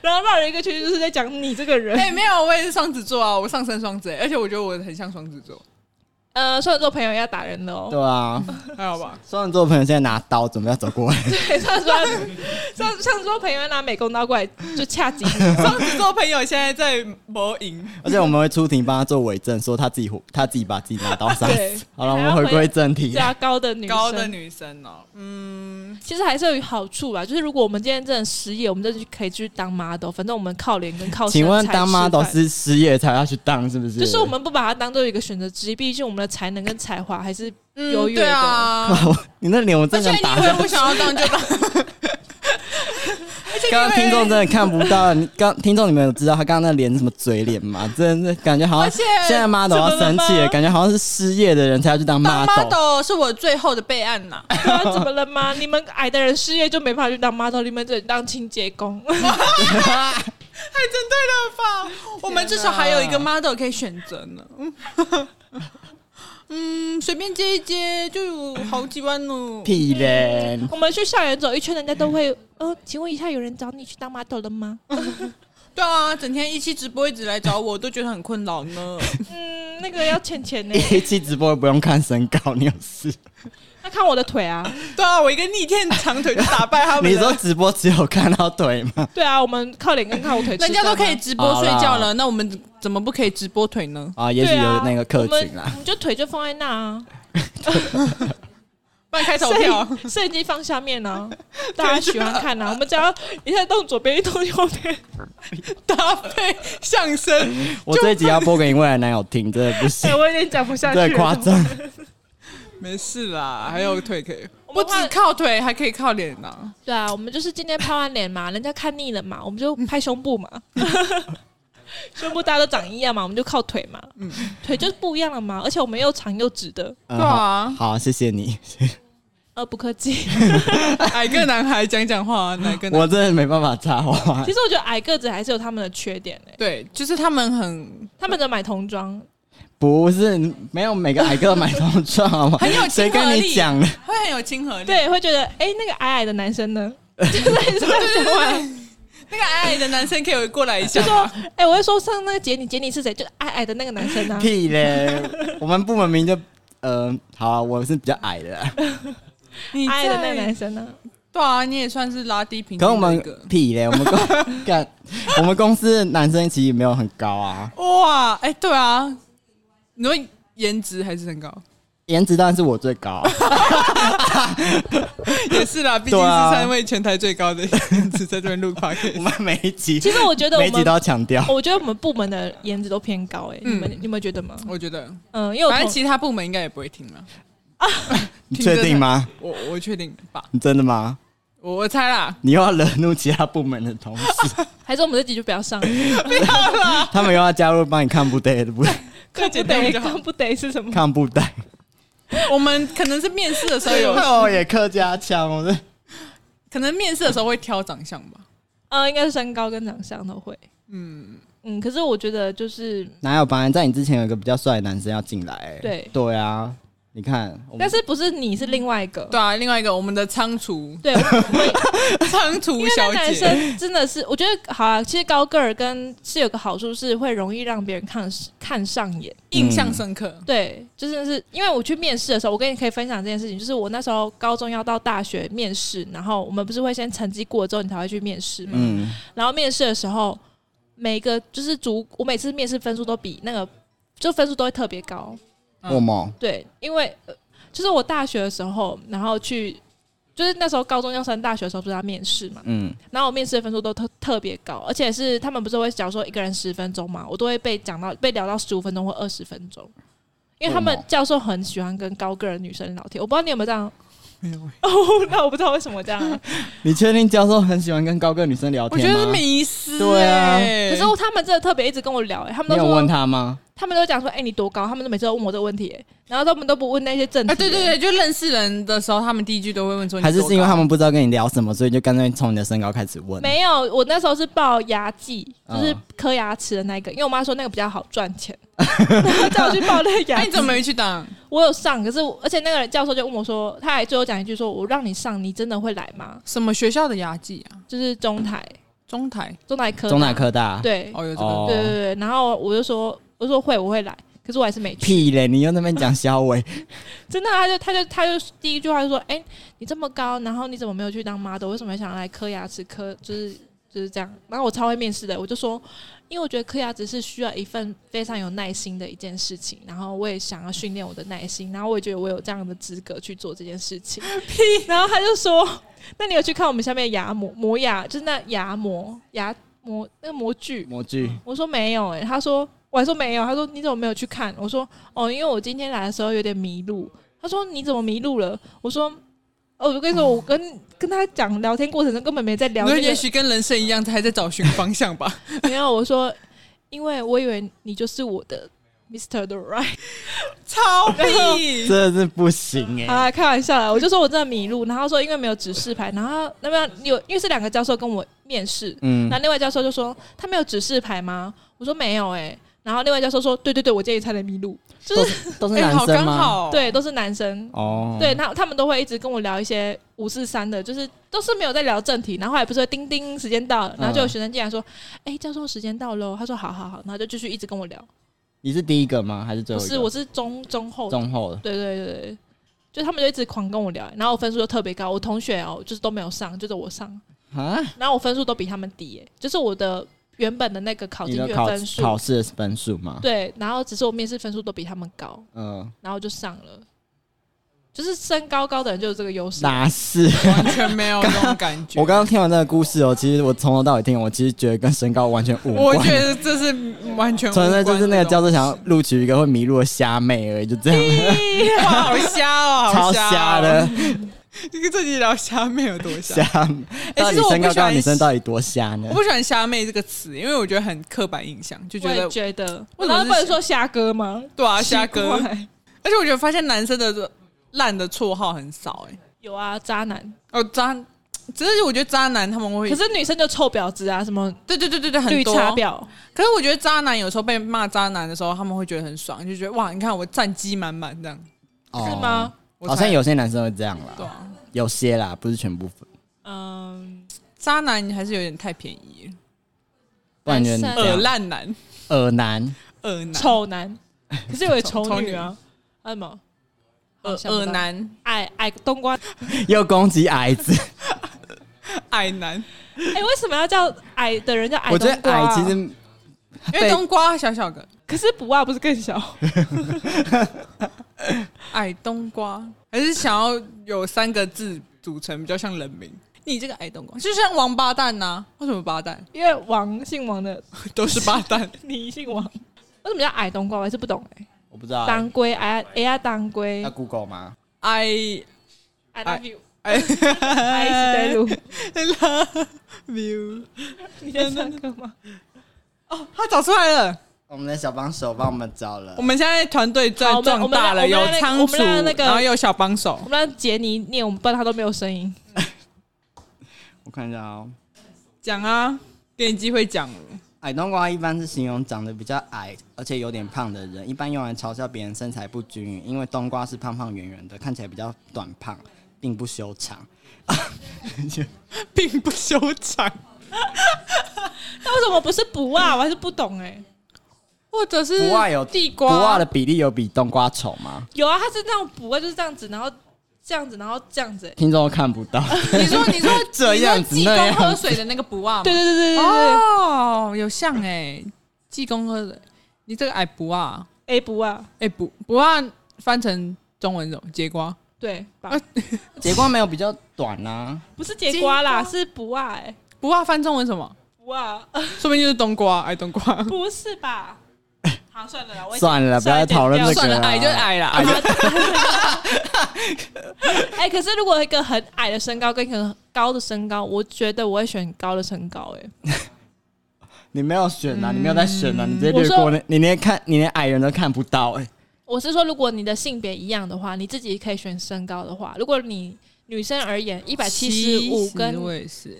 [SPEAKER 3] 然后让人一个圈圈就是在讲你这个人。
[SPEAKER 1] 哎，没有，我也是双子座啊，我上升双子，哎而且我觉得我很像双子座，
[SPEAKER 3] 呃，双子座朋友要打人了哦。
[SPEAKER 2] 对啊。
[SPEAKER 1] 还好 吧？
[SPEAKER 2] 双子座朋友现在拿刀准备要走过来，
[SPEAKER 3] 对，上次说上上说朋友拿美工刀过来就掐 紧你，
[SPEAKER 1] 双子座朋友现在在魔影，
[SPEAKER 2] 而且我们会出庭帮他做伪证，说他自己胡他自己把自己拿刀杀
[SPEAKER 3] 对
[SPEAKER 2] 死。好了，我们回归正题，
[SPEAKER 3] 加啊高的女生，
[SPEAKER 1] 高的女生哦，嗯，
[SPEAKER 3] 其实还是有好处啦。就是如果我们今天真的失业，我们就去可以去当 model，反正我们靠脸跟靠身材
[SPEAKER 2] 请问当
[SPEAKER 3] 吃饭
[SPEAKER 2] model 是失业才要去当是不是？
[SPEAKER 3] 就是我们不把它当做一个选择之一，毕竟我们的才能跟才华还是
[SPEAKER 1] 嗯
[SPEAKER 3] 优越的。
[SPEAKER 1] 对啊，
[SPEAKER 2] 你那脸我
[SPEAKER 1] 而
[SPEAKER 2] 真
[SPEAKER 1] 且
[SPEAKER 2] 想
[SPEAKER 1] 你
[SPEAKER 2] 打
[SPEAKER 1] 以为
[SPEAKER 2] 下。
[SPEAKER 1] 我想要当就 当，而且你以为
[SPEAKER 2] 刚刚听众真的看不到，你刚听众你们有知道他刚刚那脸是什么嘴脸吗？真的感觉好
[SPEAKER 1] 而
[SPEAKER 2] 像
[SPEAKER 1] 且
[SPEAKER 2] 现在 model 要生气
[SPEAKER 3] 怎么了
[SPEAKER 2] 了，
[SPEAKER 3] 吗
[SPEAKER 2] 感觉好像是失业的人才要去当
[SPEAKER 1] 当
[SPEAKER 2] model。
[SPEAKER 1] model 是我最后的备案 呐。
[SPEAKER 2] 哎
[SPEAKER 3] 对啊，怎么了吗？你们矮的人失业就没办法去当 model，你们只能当清洁工。
[SPEAKER 1] 太针对了吧？ 我们至少还有一个 model 可以选择 呢。嗯嗯，随便接一接就有好几万 哦。
[SPEAKER 2] 屁嘞！
[SPEAKER 3] 我们去校园走一圈，人家都会，呃，请问一下，有人找你去当 model 了吗？
[SPEAKER 1] 对啊，整天一期直播一直来找我，都觉得很困扰 呢。
[SPEAKER 3] 嗯，那个要钱钱呢、
[SPEAKER 2] 一期直播不用看身高，你有事？
[SPEAKER 3] 那看我的 腿啊，
[SPEAKER 1] 对啊，我一个逆天长腿就打败他们
[SPEAKER 2] 你说
[SPEAKER 1] 了。
[SPEAKER 2] 直播只有看到腿吗？
[SPEAKER 3] 对啊，我们靠脸跟靠我腿吃 饭
[SPEAKER 1] 人
[SPEAKER 3] 啊，
[SPEAKER 1] 家都可以直播睡觉
[SPEAKER 2] 好
[SPEAKER 1] 了，
[SPEAKER 2] 啦
[SPEAKER 1] 那我们怎么不可以直播腿 呢？
[SPEAKER 2] 啊，也
[SPEAKER 3] 对
[SPEAKER 2] 许有
[SPEAKER 3] 啊，
[SPEAKER 2] 那个客群
[SPEAKER 3] 我们
[SPEAKER 2] 啦。
[SPEAKER 3] 我们就腿就放在那啊，
[SPEAKER 1] 不然开投
[SPEAKER 3] 摄
[SPEAKER 1] 票。
[SPEAKER 3] 影摄影机放下面呢、啊，大家喜欢看 啊。我们只要一下动左边，一动右边，
[SPEAKER 1] 搭配相声，
[SPEAKER 2] 我这一集要播给你未来男友听，真的不 行
[SPEAKER 3] 哎、，我有点讲不下去了。
[SPEAKER 2] 对，夸张。
[SPEAKER 1] 没事啦，还有腿可以，
[SPEAKER 3] 我
[SPEAKER 1] 不
[SPEAKER 3] 们
[SPEAKER 1] 只
[SPEAKER 3] 换
[SPEAKER 1] 靠腿，还可以靠脸呢、
[SPEAKER 3] 对啊，我们就是今天拍完脸嘛，人家看腻了嘛，我们就拍胸部嘛。胸部大家都长一样嘛，我们就靠腿嘛，
[SPEAKER 1] 嗯
[SPEAKER 3] 腿就是不一样了嘛，而且我们又长又直的，
[SPEAKER 2] 嗯
[SPEAKER 1] 对啊
[SPEAKER 2] 好好，谢谢你，
[SPEAKER 3] 呃，不客 气。
[SPEAKER 1] 矮个男孩讲讲话，哪个男
[SPEAKER 2] 我真的没办法插话
[SPEAKER 3] 其。实我觉得矮个子还是有他们的缺点诶、
[SPEAKER 1] 对，就是他们很
[SPEAKER 3] 他们的买童装，
[SPEAKER 2] 不是，没有每个矮个买同装好吗？
[SPEAKER 1] 很有亲和力
[SPEAKER 2] 谁跟你讲的？
[SPEAKER 1] 会很有亲和力。
[SPEAKER 3] 对，会觉得哎、诶那个矮矮的男 生呢，就是你是在讲话。
[SPEAKER 1] 那个矮矮的男生可以过来一下
[SPEAKER 3] 啊就
[SPEAKER 1] 吗，
[SPEAKER 3] 说，哎、我会说上那个杰尼，杰尼是谁？就是矮矮的那个男生
[SPEAKER 1] 嗯
[SPEAKER 3] 啊。
[SPEAKER 2] 屁嘞！我们部门名就呃，好啊、我是比较矮的啊，
[SPEAKER 1] 嗯你
[SPEAKER 3] 矮矮的那
[SPEAKER 1] 在
[SPEAKER 3] 个男生呢、
[SPEAKER 1] 对啊，你也算是拉低平均
[SPEAKER 2] 可我
[SPEAKER 1] 的一
[SPEAKER 2] 们
[SPEAKER 1] 个。
[SPEAKER 2] 屁嘞，我们公干，我们公司的男生其实也没有很高啊，
[SPEAKER 1] 哇，哎、对啊，你说颜值还是很 高，
[SPEAKER 2] 颜值当然是我最高啊、
[SPEAKER 1] 也是啦，毕竟
[SPEAKER 2] 对
[SPEAKER 1] 是
[SPEAKER 2] 啊
[SPEAKER 1] 三位全台最高的颜值在这边 录 p o
[SPEAKER 2] 我们每一集
[SPEAKER 3] 其实我觉得我
[SPEAKER 2] 每一集都
[SPEAKER 3] 们，
[SPEAKER 2] 要强调，
[SPEAKER 3] 我觉得我们部门的颜值都偏高、诶，哎、你们
[SPEAKER 1] 嗯
[SPEAKER 3] 你们觉得吗？
[SPEAKER 1] 我觉得，
[SPEAKER 3] 嗯，因为我
[SPEAKER 1] 反正
[SPEAKER 3] 同
[SPEAKER 1] 其他部门应该也不会听了。
[SPEAKER 2] 你确定吗？
[SPEAKER 1] 我我确定吧，
[SPEAKER 2] 你真的吗？
[SPEAKER 1] 我我猜啦，
[SPEAKER 2] 你又要惹怒其他部门的同事，
[SPEAKER 3] 还是我们这集就 不要上，
[SPEAKER 2] 他们又要加入帮你看布袋 的不
[SPEAKER 1] 快
[SPEAKER 3] 更
[SPEAKER 1] 剪
[SPEAKER 3] 不
[SPEAKER 1] 掉
[SPEAKER 3] 得
[SPEAKER 1] 就好
[SPEAKER 3] 更不得是什么？
[SPEAKER 2] 看布袋，
[SPEAKER 1] 我们可能是面试的时候有，
[SPEAKER 2] 哦，也客家腔，哦我是
[SPEAKER 1] 可能面试的时候会挑长相吧。
[SPEAKER 3] 呃，应该是身高跟长相都会。
[SPEAKER 1] 嗯，
[SPEAKER 3] 嗯，可是我觉得就是，
[SPEAKER 2] 哪有？本来在你之前有一个比较帅的男生要进来、欸
[SPEAKER 3] 对
[SPEAKER 2] 对啊，你看，我们
[SPEAKER 3] 但是不是你是另外一个？
[SPEAKER 1] 对啊，另外一个我们的仓 储
[SPEAKER 3] 对，
[SPEAKER 1] 仓
[SPEAKER 3] 因
[SPEAKER 1] 储
[SPEAKER 3] 为那
[SPEAKER 1] 小
[SPEAKER 3] 男
[SPEAKER 1] 姐，
[SPEAKER 3] 生真的是，我觉得好啊。其实高个儿跟是有个好处，是会容易让别人看看上眼。
[SPEAKER 1] 印象深刻。
[SPEAKER 3] 对，就真的是因为我去面试的时候，我跟你可以分享这件事情，就是我那时候高中要到大学面试，然后我们不是会先成绩过了之后你才会去面试嘛。
[SPEAKER 2] 嗯，
[SPEAKER 3] 然后面试的时候，每个就是主，我每次面试分数都比那个就分数都会特别高。
[SPEAKER 1] 嗯
[SPEAKER 2] 我猛，
[SPEAKER 3] 对，因为、呃就是我大学的时候，然后去就是那时候高中要升大学的时候，不是要面试嘛，
[SPEAKER 2] 嗯，
[SPEAKER 3] 然后我面试的分数都特特别高，而且是他们不是会讲说一个人十分钟嘛，我都会被讲到被聊到十五分钟或二十分钟，因为他
[SPEAKER 2] 为什
[SPEAKER 3] 们
[SPEAKER 2] 么
[SPEAKER 3] 教授很喜欢跟高个儿女生聊天，我不知道你有没有这样。
[SPEAKER 1] 没有
[SPEAKER 3] 哦， 那我不知道为什么这样啊、
[SPEAKER 2] 你确定教授很喜欢跟高个女生
[SPEAKER 1] 嗯
[SPEAKER 2] 聊
[SPEAKER 1] 我
[SPEAKER 2] 天
[SPEAKER 1] 觉
[SPEAKER 2] 吗？
[SPEAKER 1] 得是迷失、欸。
[SPEAKER 2] 对啊
[SPEAKER 3] 可是他们真的特别一直跟我聊、欸，他们
[SPEAKER 2] 你
[SPEAKER 3] 都
[SPEAKER 2] 有问
[SPEAKER 3] 说，
[SPEAKER 2] 他吗？
[SPEAKER 3] 他们都讲说，哎、你多高？他们都每次都问我这个问题、欸然后他们都不问那些正题、
[SPEAKER 1] 啊，对对对，就认识人的时候，他们第一句都会问说你
[SPEAKER 2] 还是
[SPEAKER 1] 多
[SPEAKER 2] 是因为
[SPEAKER 1] 高
[SPEAKER 2] 他们不知道跟你聊什么，所以就干脆从你的身高开始问？
[SPEAKER 3] 没有，我那时候是报牙技，
[SPEAKER 1] 啊
[SPEAKER 2] 嗯
[SPEAKER 3] 就是磕牙齿的那个，因为我妈说那个比较好 赚钱， 然后叫我去报那个
[SPEAKER 1] 哎、
[SPEAKER 3] 牙
[SPEAKER 1] 你
[SPEAKER 3] 技
[SPEAKER 1] 怎。么没去当？
[SPEAKER 3] 我有上，可是我而且那个教授就问我说，他还最后讲一句说，我让你上，你真的会来吗？
[SPEAKER 1] 什么学校的牙技啊？
[SPEAKER 3] 就是中台
[SPEAKER 1] 中台
[SPEAKER 3] 中台科大
[SPEAKER 2] 中南科大，
[SPEAKER 3] 对、
[SPEAKER 1] 哦，有这个、
[SPEAKER 2] 哦，
[SPEAKER 3] 对对对，然后我就说我说会我会来，可是我还是没去。
[SPEAKER 2] 屁嘞！你又在那边讲肖伟，
[SPEAKER 3] 真的，他就他就他就第一句话就说，哎、你这么高，然后你怎么没有去当 model？为什么想来磕牙齿磕？就是就是这样。然后我超会面试的，我就说，因为我觉得磕牙齿是需要一份非常有耐心的一件事情，然后我也想要训练我的耐心，然后我也觉得我有这样的资格去做这件事情。然后他就说，那你有去看我们下面的牙模磨牙，就是那牙模牙模那个模具？
[SPEAKER 2] 模具
[SPEAKER 3] 我说没有、欸，他说我还说没有，他说你怎么没有去看？我说哦，因为我今天来的时候有点迷路。他说你怎么迷路了？我说哦，我跟你说，我跟跟他讲聊天过程中根本没在聊
[SPEAKER 1] 你说
[SPEAKER 3] 那
[SPEAKER 1] 也
[SPEAKER 3] 个，
[SPEAKER 1] 许跟人生一样，还在找寻方向 吧。
[SPEAKER 3] 没有。我说因为我以为你就是我的 Mr. The Right
[SPEAKER 1] 超屁！
[SPEAKER 2] 真的是不行哎、
[SPEAKER 3] 啊，开玩笑啦，我就说我真的迷路，然后他说因为没有指示牌，然后那边有因为是两个教授跟我面试，
[SPEAKER 2] 嗯
[SPEAKER 3] 那，另外教授就说他没有指示牌吗？我说没有哎、然后另外教授说对对对，我建议差点迷路，就是
[SPEAKER 2] 都是都是
[SPEAKER 1] 哎、
[SPEAKER 2] 男
[SPEAKER 1] 好
[SPEAKER 2] 生
[SPEAKER 1] 刚
[SPEAKER 2] 吗？
[SPEAKER 1] 好、哦，
[SPEAKER 3] 对，都是男生。
[SPEAKER 2] 哦，
[SPEAKER 3] 对，，那他们都会一直跟我聊一些五四三的，就是都是没有在聊正题，然后后来不是会叮叮时间
[SPEAKER 2] 嗯
[SPEAKER 3] 到了，然后就有学生进来说：“哎、教授时间到喽。”他说：“好好好。”然后就继续一直跟我聊。
[SPEAKER 2] 你是第一个吗？还是最
[SPEAKER 3] 不
[SPEAKER 2] 后一个？
[SPEAKER 3] 是，我是中中后的，
[SPEAKER 2] 中后的。
[SPEAKER 3] 对对对对，就他们就一直狂跟我聊，然后我分数就特别高，我同学哦就是都没有上，就是我上，
[SPEAKER 2] 啊，
[SPEAKER 3] 然后我分数都比他们低、哎就是我的原本的那个考
[SPEAKER 2] 你
[SPEAKER 3] 进
[SPEAKER 2] 的
[SPEAKER 3] 去的
[SPEAKER 2] 考
[SPEAKER 3] 分数，
[SPEAKER 2] 考试的分数吗？
[SPEAKER 3] 对，然后只是我面试分数都比他们高，
[SPEAKER 2] 嗯，
[SPEAKER 3] 然后就上了。就是身高高的人就有这个优势，
[SPEAKER 2] 哪是？
[SPEAKER 1] 完全没有那种感觉。
[SPEAKER 2] 我刚刚听完这个故事哦，其实我从头到尾听，我其实觉得跟身高完全无
[SPEAKER 1] 我
[SPEAKER 2] 关
[SPEAKER 1] 觉，得这是完全无
[SPEAKER 2] 纯
[SPEAKER 1] 关
[SPEAKER 2] 粹就是那个
[SPEAKER 1] 的
[SPEAKER 2] 教授想要录取一个会迷路的虾妹而已，就这样，
[SPEAKER 1] 东西，哇，好瞎哦，
[SPEAKER 2] 超
[SPEAKER 1] 好瞎
[SPEAKER 2] 瞎
[SPEAKER 1] 哦
[SPEAKER 2] 的。
[SPEAKER 1] 这集聊虾妹有多
[SPEAKER 2] 虾
[SPEAKER 1] 瞎？，
[SPEAKER 2] 到
[SPEAKER 1] 哎其
[SPEAKER 2] 底
[SPEAKER 1] 实我
[SPEAKER 2] 身
[SPEAKER 1] 不
[SPEAKER 2] 高
[SPEAKER 1] 喜
[SPEAKER 2] 高
[SPEAKER 1] 欢
[SPEAKER 2] 女生到底多瞎呢
[SPEAKER 1] 我？不喜欢“虾妹”这个词，因为我觉得很刻板印象，就觉
[SPEAKER 3] 我也
[SPEAKER 1] 得
[SPEAKER 3] 觉得，
[SPEAKER 1] 为
[SPEAKER 3] 我
[SPEAKER 1] 什么
[SPEAKER 3] 难
[SPEAKER 1] 是
[SPEAKER 3] 道不能说虾哥吗？
[SPEAKER 1] 对啊，虾哥
[SPEAKER 3] 奇。怪
[SPEAKER 1] 而且我觉得发现男生的烂的绰号很少、欸，
[SPEAKER 3] 有啊，渣男。
[SPEAKER 1] 哦，渣，只是我觉得渣男他们会，
[SPEAKER 3] 可是女生就臭婊子啊，什么
[SPEAKER 1] 对对对对对，很
[SPEAKER 3] 绿
[SPEAKER 1] 多。
[SPEAKER 3] 茶婊，
[SPEAKER 1] 可是我觉得渣男有时候被骂渣男的时候，他们会觉得很爽，就觉得哇，你看我战绩满满这样。
[SPEAKER 2] 哦
[SPEAKER 3] 是吗？？
[SPEAKER 1] 我
[SPEAKER 2] 好
[SPEAKER 1] 猜
[SPEAKER 2] 像有些男生会这样
[SPEAKER 1] 对
[SPEAKER 2] 啦，
[SPEAKER 1] 啊，
[SPEAKER 2] 有些啦，不是全部，
[SPEAKER 3] 嗯，
[SPEAKER 1] 渣男还是有点太便宜了，
[SPEAKER 2] 不然觉
[SPEAKER 3] 男生
[SPEAKER 2] 得
[SPEAKER 1] 耳
[SPEAKER 2] 耳
[SPEAKER 1] 烂男，
[SPEAKER 2] 耳男
[SPEAKER 1] 耳男，
[SPEAKER 3] 丑男。可是有也丑
[SPEAKER 1] 丑
[SPEAKER 3] 女啊，还有什么？
[SPEAKER 1] 耳
[SPEAKER 3] 好想不
[SPEAKER 1] 耳
[SPEAKER 3] 到
[SPEAKER 1] 男，
[SPEAKER 3] 矮矮冬瓜，
[SPEAKER 2] 又攻击矮子，
[SPEAKER 1] 矮男，
[SPEAKER 3] 哎、为什么要叫矮的人叫矮
[SPEAKER 2] 我
[SPEAKER 3] 冬
[SPEAKER 2] 觉
[SPEAKER 3] 瓜、
[SPEAKER 2] 得
[SPEAKER 3] 啊？
[SPEAKER 2] 矮其实
[SPEAKER 1] 因为
[SPEAKER 2] 被
[SPEAKER 1] 冬瓜小小个，
[SPEAKER 3] 可是不啊，不是更小？
[SPEAKER 1] 矮冬瓜，还是想要有三个字组成，比较像人名。你这个矮冬瓜，就像王八蛋呐、为什么八蛋
[SPEAKER 3] 因为王姓王的
[SPEAKER 1] 都是八蛋？
[SPEAKER 3] 你姓王，为什么叫矮冬瓜？我还是不懂哎、
[SPEAKER 2] 我不知道欸
[SPEAKER 3] 当归哎哎呀，当归
[SPEAKER 2] 要 Google 吗？
[SPEAKER 1] 矮
[SPEAKER 3] ，I love you，
[SPEAKER 1] 矮
[SPEAKER 2] 哎
[SPEAKER 3] I is 在 录，
[SPEAKER 1] view，
[SPEAKER 3] 你在唱歌吗？
[SPEAKER 1] 哦，他找出来了。
[SPEAKER 2] 我们的小帮手帮我们找了
[SPEAKER 1] 我，们现在团队最
[SPEAKER 3] 好我们
[SPEAKER 1] 壮大了，
[SPEAKER 3] 我们
[SPEAKER 1] 有
[SPEAKER 3] 让
[SPEAKER 1] 仓
[SPEAKER 3] 我们让那个
[SPEAKER 1] 鼠，
[SPEAKER 3] 我们让那个
[SPEAKER 1] 然后有小帮
[SPEAKER 3] 我
[SPEAKER 1] 手。
[SPEAKER 3] 们让杰尼念，我们不然他都没有声音。
[SPEAKER 2] 我看一下哦。
[SPEAKER 1] 讲啊，给你机会讲了。
[SPEAKER 2] 矮冬瓜一般是形容长得比较矮而且有点胖的人，一般用来嘲笑别人身材不均匀，因为冬瓜是胖胖圆圆的，看起来比较短胖，并不修长。
[SPEAKER 1] 并不修长，
[SPEAKER 3] 那为什么不是不啊？我还是不懂哎、
[SPEAKER 1] 或者是
[SPEAKER 2] 不袜啊有
[SPEAKER 1] 嗯地
[SPEAKER 2] 不
[SPEAKER 1] 瓜
[SPEAKER 2] 袜的比例有比冬瓜丑吗？
[SPEAKER 3] 有啊，他是那种不啊，就是这样子，然后这样子，然后这样子、欸。
[SPEAKER 2] 听众都看不到，
[SPEAKER 1] 你说你说
[SPEAKER 2] 这样子
[SPEAKER 1] 你说
[SPEAKER 2] 那
[SPEAKER 1] 济
[SPEAKER 2] 样
[SPEAKER 1] 公喝水的那个不啊？
[SPEAKER 3] 对对对对对对
[SPEAKER 1] 哦，有像哎、济公喝的，你这个矮不啊？
[SPEAKER 3] ，A 不啊，
[SPEAKER 1] 哎、不不啊，翻成中文怎么节瓜？
[SPEAKER 3] 对吧？
[SPEAKER 1] 啊
[SPEAKER 2] 结果没有比较短啊。
[SPEAKER 3] 不是节瓜啦，
[SPEAKER 1] 节瓜
[SPEAKER 3] 是不啊哎、
[SPEAKER 1] 不啊翻中文什么？
[SPEAKER 3] 不啊，
[SPEAKER 1] 说不定就是冬瓜，矮冬瓜。
[SPEAKER 3] 不是 吧？好，算了啦，我已经
[SPEAKER 2] 算了，不要讨论这个。
[SPEAKER 1] 算了，矮就。矮啦。
[SPEAKER 2] 矮就
[SPEAKER 3] 哎、可是如果一个很矮的身高跟一个很高的身高，我觉得我会选高的身高、哎，
[SPEAKER 2] 你没有选啊，你没有在选啊，你
[SPEAKER 1] 嗯
[SPEAKER 2] 直接
[SPEAKER 3] 我
[SPEAKER 2] 略
[SPEAKER 3] 说
[SPEAKER 2] 过那，你连看你连矮人都看不到哎、
[SPEAKER 3] 我是说，如果你的性别一样的话，你自己可以选身高的话，如果你女生而言，一百七十五
[SPEAKER 1] 我
[SPEAKER 3] 跟
[SPEAKER 1] 也是、欸，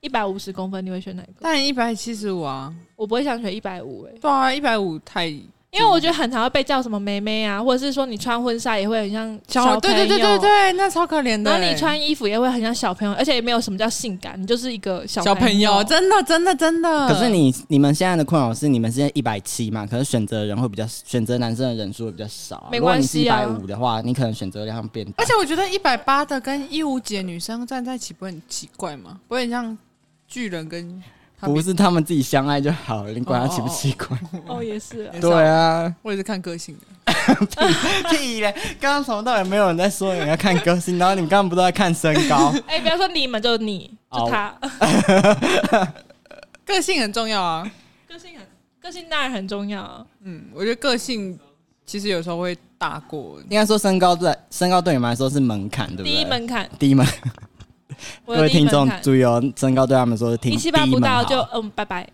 [SPEAKER 3] 一百五十公分，你会选哪个？
[SPEAKER 1] 但一百七十五啊，
[SPEAKER 3] 我不会想选一百五，哎，
[SPEAKER 1] 对啊，一百五太
[SPEAKER 3] 因为我觉得很常会被叫什么妹妹啊，或者是说你穿婚纱也会很像朋友，
[SPEAKER 1] 对对对对对，那超可怜的、
[SPEAKER 3] 然
[SPEAKER 1] 欸。
[SPEAKER 3] 后你穿衣服也会很像小朋友，而且也没有什么叫性感，你就是一个小
[SPEAKER 1] 小朋友，真的真的真的。
[SPEAKER 3] 嗯
[SPEAKER 2] 可是你你们现在的困扰是，你们现在一百七嘛，可是选择的人会比较选择男生的人数会比较少、啊。
[SPEAKER 3] 没关系啊
[SPEAKER 2] 如果你是一百五的话，你可能选择量变大
[SPEAKER 1] 而。且我觉得一百八的跟一五几的女生站在一起不会很奇怪吗？不会很像巨人跟他比
[SPEAKER 2] 不是他们自己相爱就好了，你管他奇不奇怪？
[SPEAKER 3] 哦，也是啊、
[SPEAKER 1] 哦哦
[SPEAKER 2] 对啊，
[SPEAKER 1] 我也是看个性的。
[SPEAKER 2] 屁嘞！刚刚从头到尾没有人在说你要看歌星，然后你们刚刚不都在看身高？
[SPEAKER 3] 哎、不要说你们，就你，就
[SPEAKER 2] 哦
[SPEAKER 3] 他，
[SPEAKER 1] 个性很重要啊，
[SPEAKER 3] 个性很，个性当然很重要、啊。
[SPEAKER 1] 嗯，我觉得个性其实有时候会大过，
[SPEAKER 2] 应该说身高对身高对你们来说是门槛，对不对？
[SPEAKER 3] 第一门槛，
[SPEAKER 2] 第一门，
[SPEAKER 3] 我
[SPEAKER 2] 各
[SPEAKER 3] 的
[SPEAKER 2] 位
[SPEAKER 3] 第一
[SPEAKER 2] 听
[SPEAKER 3] 门
[SPEAKER 2] 众
[SPEAKER 3] 槛，
[SPEAKER 2] 注意哦，身高对他们说是听
[SPEAKER 3] 一七八不到就
[SPEAKER 2] 低门好
[SPEAKER 3] 嗯拜拜，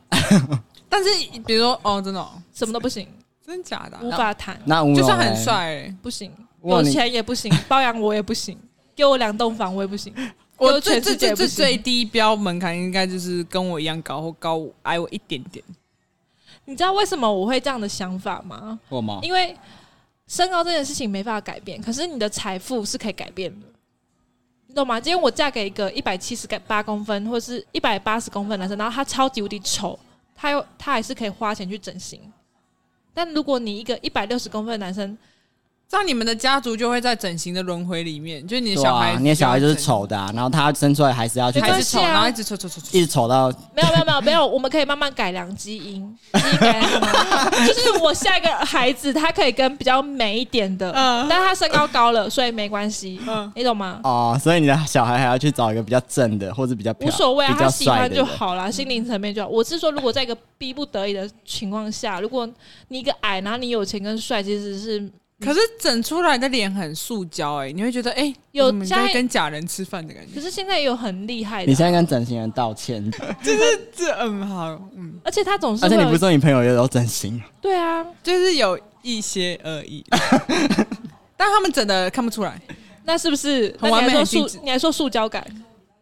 [SPEAKER 1] 但是比如说哦，真的、哦，
[SPEAKER 3] 什么都不行，
[SPEAKER 1] 真的假的
[SPEAKER 3] 无
[SPEAKER 1] 啊、
[SPEAKER 3] 法谈，
[SPEAKER 2] 那吴
[SPEAKER 1] 就
[SPEAKER 2] 荣
[SPEAKER 1] 算很
[SPEAKER 2] 嘞
[SPEAKER 1] 帅、欸，
[SPEAKER 3] 不行，
[SPEAKER 2] 哇
[SPEAKER 3] 有
[SPEAKER 2] 你
[SPEAKER 3] 钱也不行，包养我也不行，给我两栋房我也不行，
[SPEAKER 1] 我
[SPEAKER 3] 有
[SPEAKER 1] 最
[SPEAKER 3] 全
[SPEAKER 1] 最
[SPEAKER 3] 世界
[SPEAKER 1] 最
[SPEAKER 3] 也不
[SPEAKER 1] 最
[SPEAKER 3] 行
[SPEAKER 1] 最低标门槛应该就是跟我一样高或高我矮我一点点。
[SPEAKER 3] 你知道为什么我会这样的想法吗？
[SPEAKER 2] 我吗？
[SPEAKER 3] 因为身高这件事情没办法改变，可是你的财富是可以改变的，你懂吗？今天我嫁给一个一百七十八公分或者是一百八十公分的男生，然后他超级无敌丑，他又他还是可以花钱去整形。但如果你一个一百六十公分的男生，
[SPEAKER 1] 这样你们的家族就会在整形的轮回里面，就是你的
[SPEAKER 2] 对
[SPEAKER 1] 小孩
[SPEAKER 2] 啊
[SPEAKER 1] 子，要整，
[SPEAKER 2] 你的小孩就是丑的、啊，然后他生出来还是要去
[SPEAKER 1] 还
[SPEAKER 2] 整
[SPEAKER 1] 是
[SPEAKER 2] 形，
[SPEAKER 1] 丑，
[SPEAKER 3] 对啊
[SPEAKER 1] 然后一直丑丑丑丑。
[SPEAKER 2] 一直丑到
[SPEAKER 3] 没有没有没有没有，我们可以慢慢改良基因，基因改良 什么就是我下一个孩子他可以跟比较美一点的，
[SPEAKER 1] 嗯
[SPEAKER 3] 但他身高高了，所以没关系，
[SPEAKER 1] 嗯
[SPEAKER 3] 你懂吗？
[SPEAKER 2] 哦，所以你的小孩还要去找一个比较正的，或者比较漂
[SPEAKER 3] 无所谓啊，
[SPEAKER 2] 比
[SPEAKER 3] 他
[SPEAKER 2] 较
[SPEAKER 3] 喜
[SPEAKER 2] 帅
[SPEAKER 3] 欢
[SPEAKER 2] 的
[SPEAKER 3] 就
[SPEAKER 2] 人。
[SPEAKER 3] 好啦，心灵层面就好。我是说，如果在一个逼不得已的情况下，如果你一个矮，然后你有钱跟帅，其实是
[SPEAKER 1] 可是整出来的脸很塑胶哎、你会觉得哎、
[SPEAKER 3] 有
[SPEAKER 1] 我们
[SPEAKER 3] 加
[SPEAKER 1] 在跟假人吃饭的感觉
[SPEAKER 3] 可，是现在有很厉害
[SPEAKER 2] 你现
[SPEAKER 3] 的啊，
[SPEAKER 2] 在跟整形人 道歉，
[SPEAKER 1] 这嗯好嗯，
[SPEAKER 3] 而且他总是
[SPEAKER 2] 而且
[SPEAKER 3] 会
[SPEAKER 2] 你
[SPEAKER 3] 有
[SPEAKER 2] 不是说你朋友也有整形？
[SPEAKER 3] 对啊，
[SPEAKER 1] 就是有一些而 已，但他们整的看不出来，
[SPEAKER 3] 那是不是
[SPEAKER 1] 很完美
[SPEAKER 3] 那你还
[SPEAKER 1] 很精
[SPEAKER 3] 说
[SPEAKER 1] 致
[SPEAKER 3] 塑，你还说塑胶感，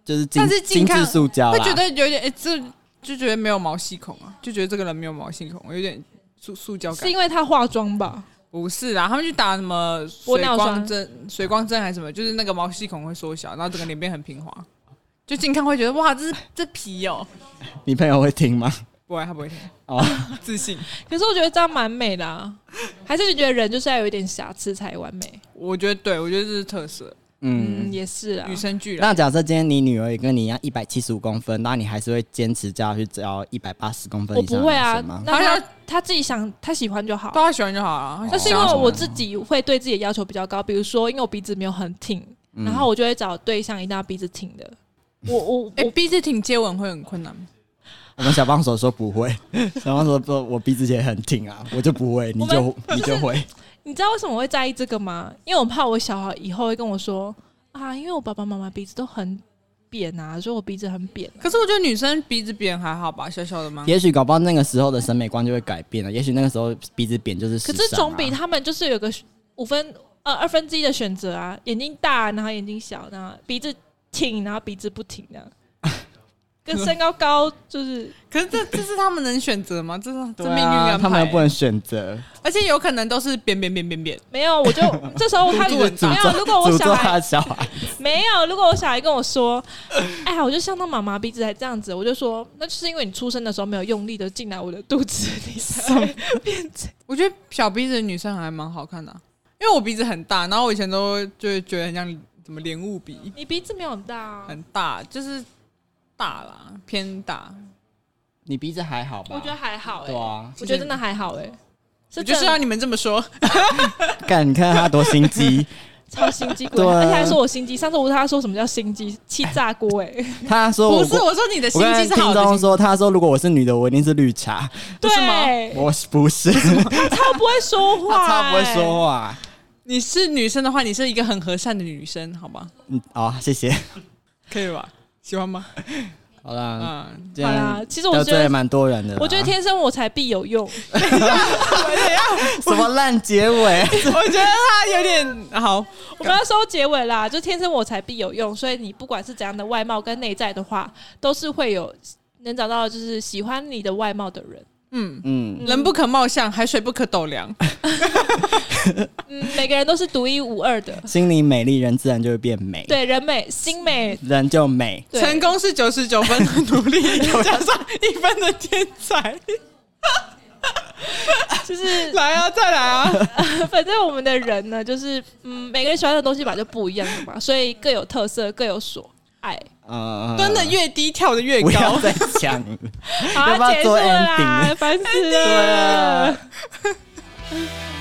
[SPEAKER 2] 就是精
[SPEAKER 1] 但是
[SPEAKER 2] 精
[SPEAKER 1] 近看
[SPEAKER 2] 致塑胶啊
[SPEAKER 1] 会
[SPEAKER 2] 啦
[SPEAKER 1] 觉得有点哎、这就觉得没有毛细孔啊，就觉得这个人没有毛细孔，有点塑塑胶感
[SPEAKER 3] 是。因为他化妆吧？
[SPEAKER 1] 不是啦，他们去打什么
[SPEAKER 3] 玻
[SPEAKER 1] 水
[SPEAKER 3] 尿
[SPEAKER 1] 光
[SPEAKER 3] 酸
[SPEAKER 1] 针、水光针还是什么，就是那个毛细孔会缩小，然后整个脸变很平滑，就近看会觉得哇，这是这皮哦、
[SPEAKER 2] 你朋友会听吗？
[SPEAKER 1] 不会，他不会听
[SPEAKER 2] 哦，
[SPEAKER 1] 自信。
[SPEAKER 3] 可是我觉得这样蛮美的、啊，还是你觉得人就是要有一点瑕疵才完美？
[SPEAKER 1] 我觉得对，我觉得这是特色，
[SPEAKER 2] 嗯。
[SPEAKER 3] 嗯，也是啊
[SPEAKER 1] 与。生俱来。
[SPEAKER 2] 那假设今天你女儿也跟你一样一百七十五公分，那你还是会坚持叫她去教一百八十公分
[SPEAKER 3] 我
[SPEAKER 2] 以上
[SPEAKER 3] 不
[SPEAKER 2] 的
[SPEAKER 3] 会
[SPEAKER 2] 男
[SPEAKER 3] 啊
[SPEAKER 2] 生吗，？
[SPEAKER 3] 那
[SPEAKER 1] 好
[SPEAKER 3] 他
[SPEAKER 1] 像
[SPEAKER 3] 他自己想他喜欢就好。
[SPEAKER 1] 大家喜欢就好了。
[SPEAKER 3] 那
[SPEAKER 1] 他
[SPEAKER 3] 是
[SPEAKER 1] 想
[SPEAKER 3] 因
[SPEAKER 1] 要
[SPEAKER 3] 为
[SPEAKER 1] 什么
[SPEAKER 3] 我自己会对自己的要求比较高，比如说，因为我鼻子没有很挺，
[SPEAKER 2] 嗯
[SPEAKER 3] 然后我就会找对象一定要鼻子挺的。我我我、
[SPEAKER 1] 哎、鼻子挺接吻会很困难吗，
[SPEAKER 2] 我们小帮手说不会， 小帮手说我鼻子也很挺啊，我就不会，你就你就会，
[SPEAKER 3] 你知道为什么我会在意这个吗？因为我怕我小孩以后会跟我说啊，因为我爸爸妈妈鼻子都很扁啊，所以我鼻子很扁。
[SPEAKER 1] 可是我觉得女生鼻子扁还好吧，小小的嘛。
[SPEAKER 2] 也许搞不好那个时候的审美观就会改变了，也许那个时候鼻子扁就是时
[SPEAKER 3] 可
[SPEAKER 2] 尚啊、
[SPEAKER 3] 是总比他们就是有个五分呃二分之一的选择啊，眼睛大，然后眼睛小，然后鼻子挺，然后鼻子不挺 的，跟身高高就是
[SPEAKER 1] 可是这这是他们能选择吗？这是这
[SPEAKER 2] 对
[SPEAKER 1] 命
[SPEAKER 2] 啊
[SPEAKER 1] 运安排、
[SPEAKER 2] 他们又不能选择，
[SPEAKER 1] 而且有可能都是扁扁扁扁扁。
[SPEAKER 3] 没有，我就 这时候他如
[SPEAKER 2] 诅
[SPEAKER 3] 果
[SPEAKER 2] 咒
[SPEAKER 3] 没有，如果我
[SPEAKER 2] 诅
[SPEAKER 3] 小
[SPEAKER 2] 咒他
[SPEAKER 3] 孩
[SPEAKER 2] 的小孩，
[SPEAKER 3] 没有，如果我小孩跟我说，哎呀，我就像那妈妈鼻子还这样子，我就说那就是因为你出生的时候没有用力的进来我的肚子 里，才会变成
[SPEAKER 1] 我觉得小鼻子的女生还蛮好看的啊、因为我鼻子很大，然后我以前都就会觉得很像怎么莲雾鼻，
[SPEAKER 3] 你鼻子没有很大、啊，
[SPEAKER 1] 很大，就是大啦，偏大。
[SPEAKER 2] 你鼻子还好吧？
[SPEAKER 3] 我觉得还好哎、
[SPEAKER 2] 对啊，
[SPEAKER 3] 我觉得真的还好哎、
[SPEAKER 1] 我
[SPEAKER 3] 是
[SPEAKER 1] 就是
[SPEAKER 3] 真
[SPEAKER 1] 要
[SPEAKER 3] 的
[SPEAKER 1] 你们这么说，
[SPEAKER 2] 干，你看他多心 机，
[SPEAKER 3] 超心机鬼，
[SPEAKER 2] 对啊
[SPEAKER 3] 而且还说我心机。上次我问他说什么叫心机，气炸 锅哎、
[SPEAKER 2] 他说
[SPEAKER 1] 不
[SPEAKER 2] 哦我
[SPEAKER 1] 是我说你的
[SPEAKER 2] 我
[SPEAKER 1] 心
[SPEAKER 2] 跟
[SPEAKER 1] 机是
[SPEAKER 2] 听
[SPEAKER 1] 好
[SPEAKER 2] 众
[SPEAKER 1] 的心，
[SPEAKER 2] 说，他说如果我是女的，我一定是绿茶。
[SPEAKER 1] 不是吗
[SPEAKER 3] 对，
[SPEAKER 2] 我 不是，
[SPEAKER 3] 超不会说话、欸，
[SPEAKER 2] 他超不会说话。
[SPEAKER 1] 你是女生的话，你是一个很和善的女生，好吧？
[SPEAKER 2] 嗯，好，谢谢。
[SPEAKER 1] 可以吧？喜欢吗？
[SPEAKER 2] 好啦，
[SPEAKER 1] 嗯，
[SPEAKER 2] 这
[SPEAKER 3] 好
[SPEAKER 2] 样
[SPEAKER 3] 啦，其实我觉
[SPEAKER 2] 得罪
[SPEAKER 3] 得，
[SPEAKER 2] 蛮多人的啦。
[SPEAKER 3] 欸我觉得天生我材必有用。
[SPEAKER 2] 什么烂结 尾？
[SPEAKER 1] 我觉得他有点好，
[SPEAKER 3] 我们要收结尾啦，就天生我材必有用，所以你不管是怎样的外貌跟内在的话，都是会有能找到就是喜欢你的外貌的人。
[SPEAKER 1] 嗯，
[SPEAKER 2] 嗯，
[SPEAKER 1] 人不可貌相，海水不可斗量。
[SPEAKER 3] 嗯，每个人都是独一无二的。
[SPEAKER 2] 心灵美丽，人自然就会变美。，
[SPEAKER 3] 对，人美心美，
[SPEAKER 2] 人就美。
[SPEAKER 3] 对
[SPEAKER 1] 成功是九十九分的努力，加上一分的天才。
[SPEAKER 3] 就是
[SPEAKER 1] 来啊，再来啊！
[SPEAKER 3] 反正我们的人呢，就是嗯，每个人喜欢的东西吧就不一样的嘛，所以各有特色，各有所爱。
[SPEAKER 2] 嗯，
[SPEAKER 1] 蹲的越低，跳的越
[SPEAKER 2] 不要
[SPEAKER 1] 高。
[SPEAKER 2] 再讲了。
[SPEAKER 3] 好
[SPEAKER 2] 要不要
[SPEAKER 3] 啊，结束
[SPEAKER 2] 做
[SPEAKER 3] 了
[SPEAKER 2] ending
[SPEAKER 3] 啦，烦死了。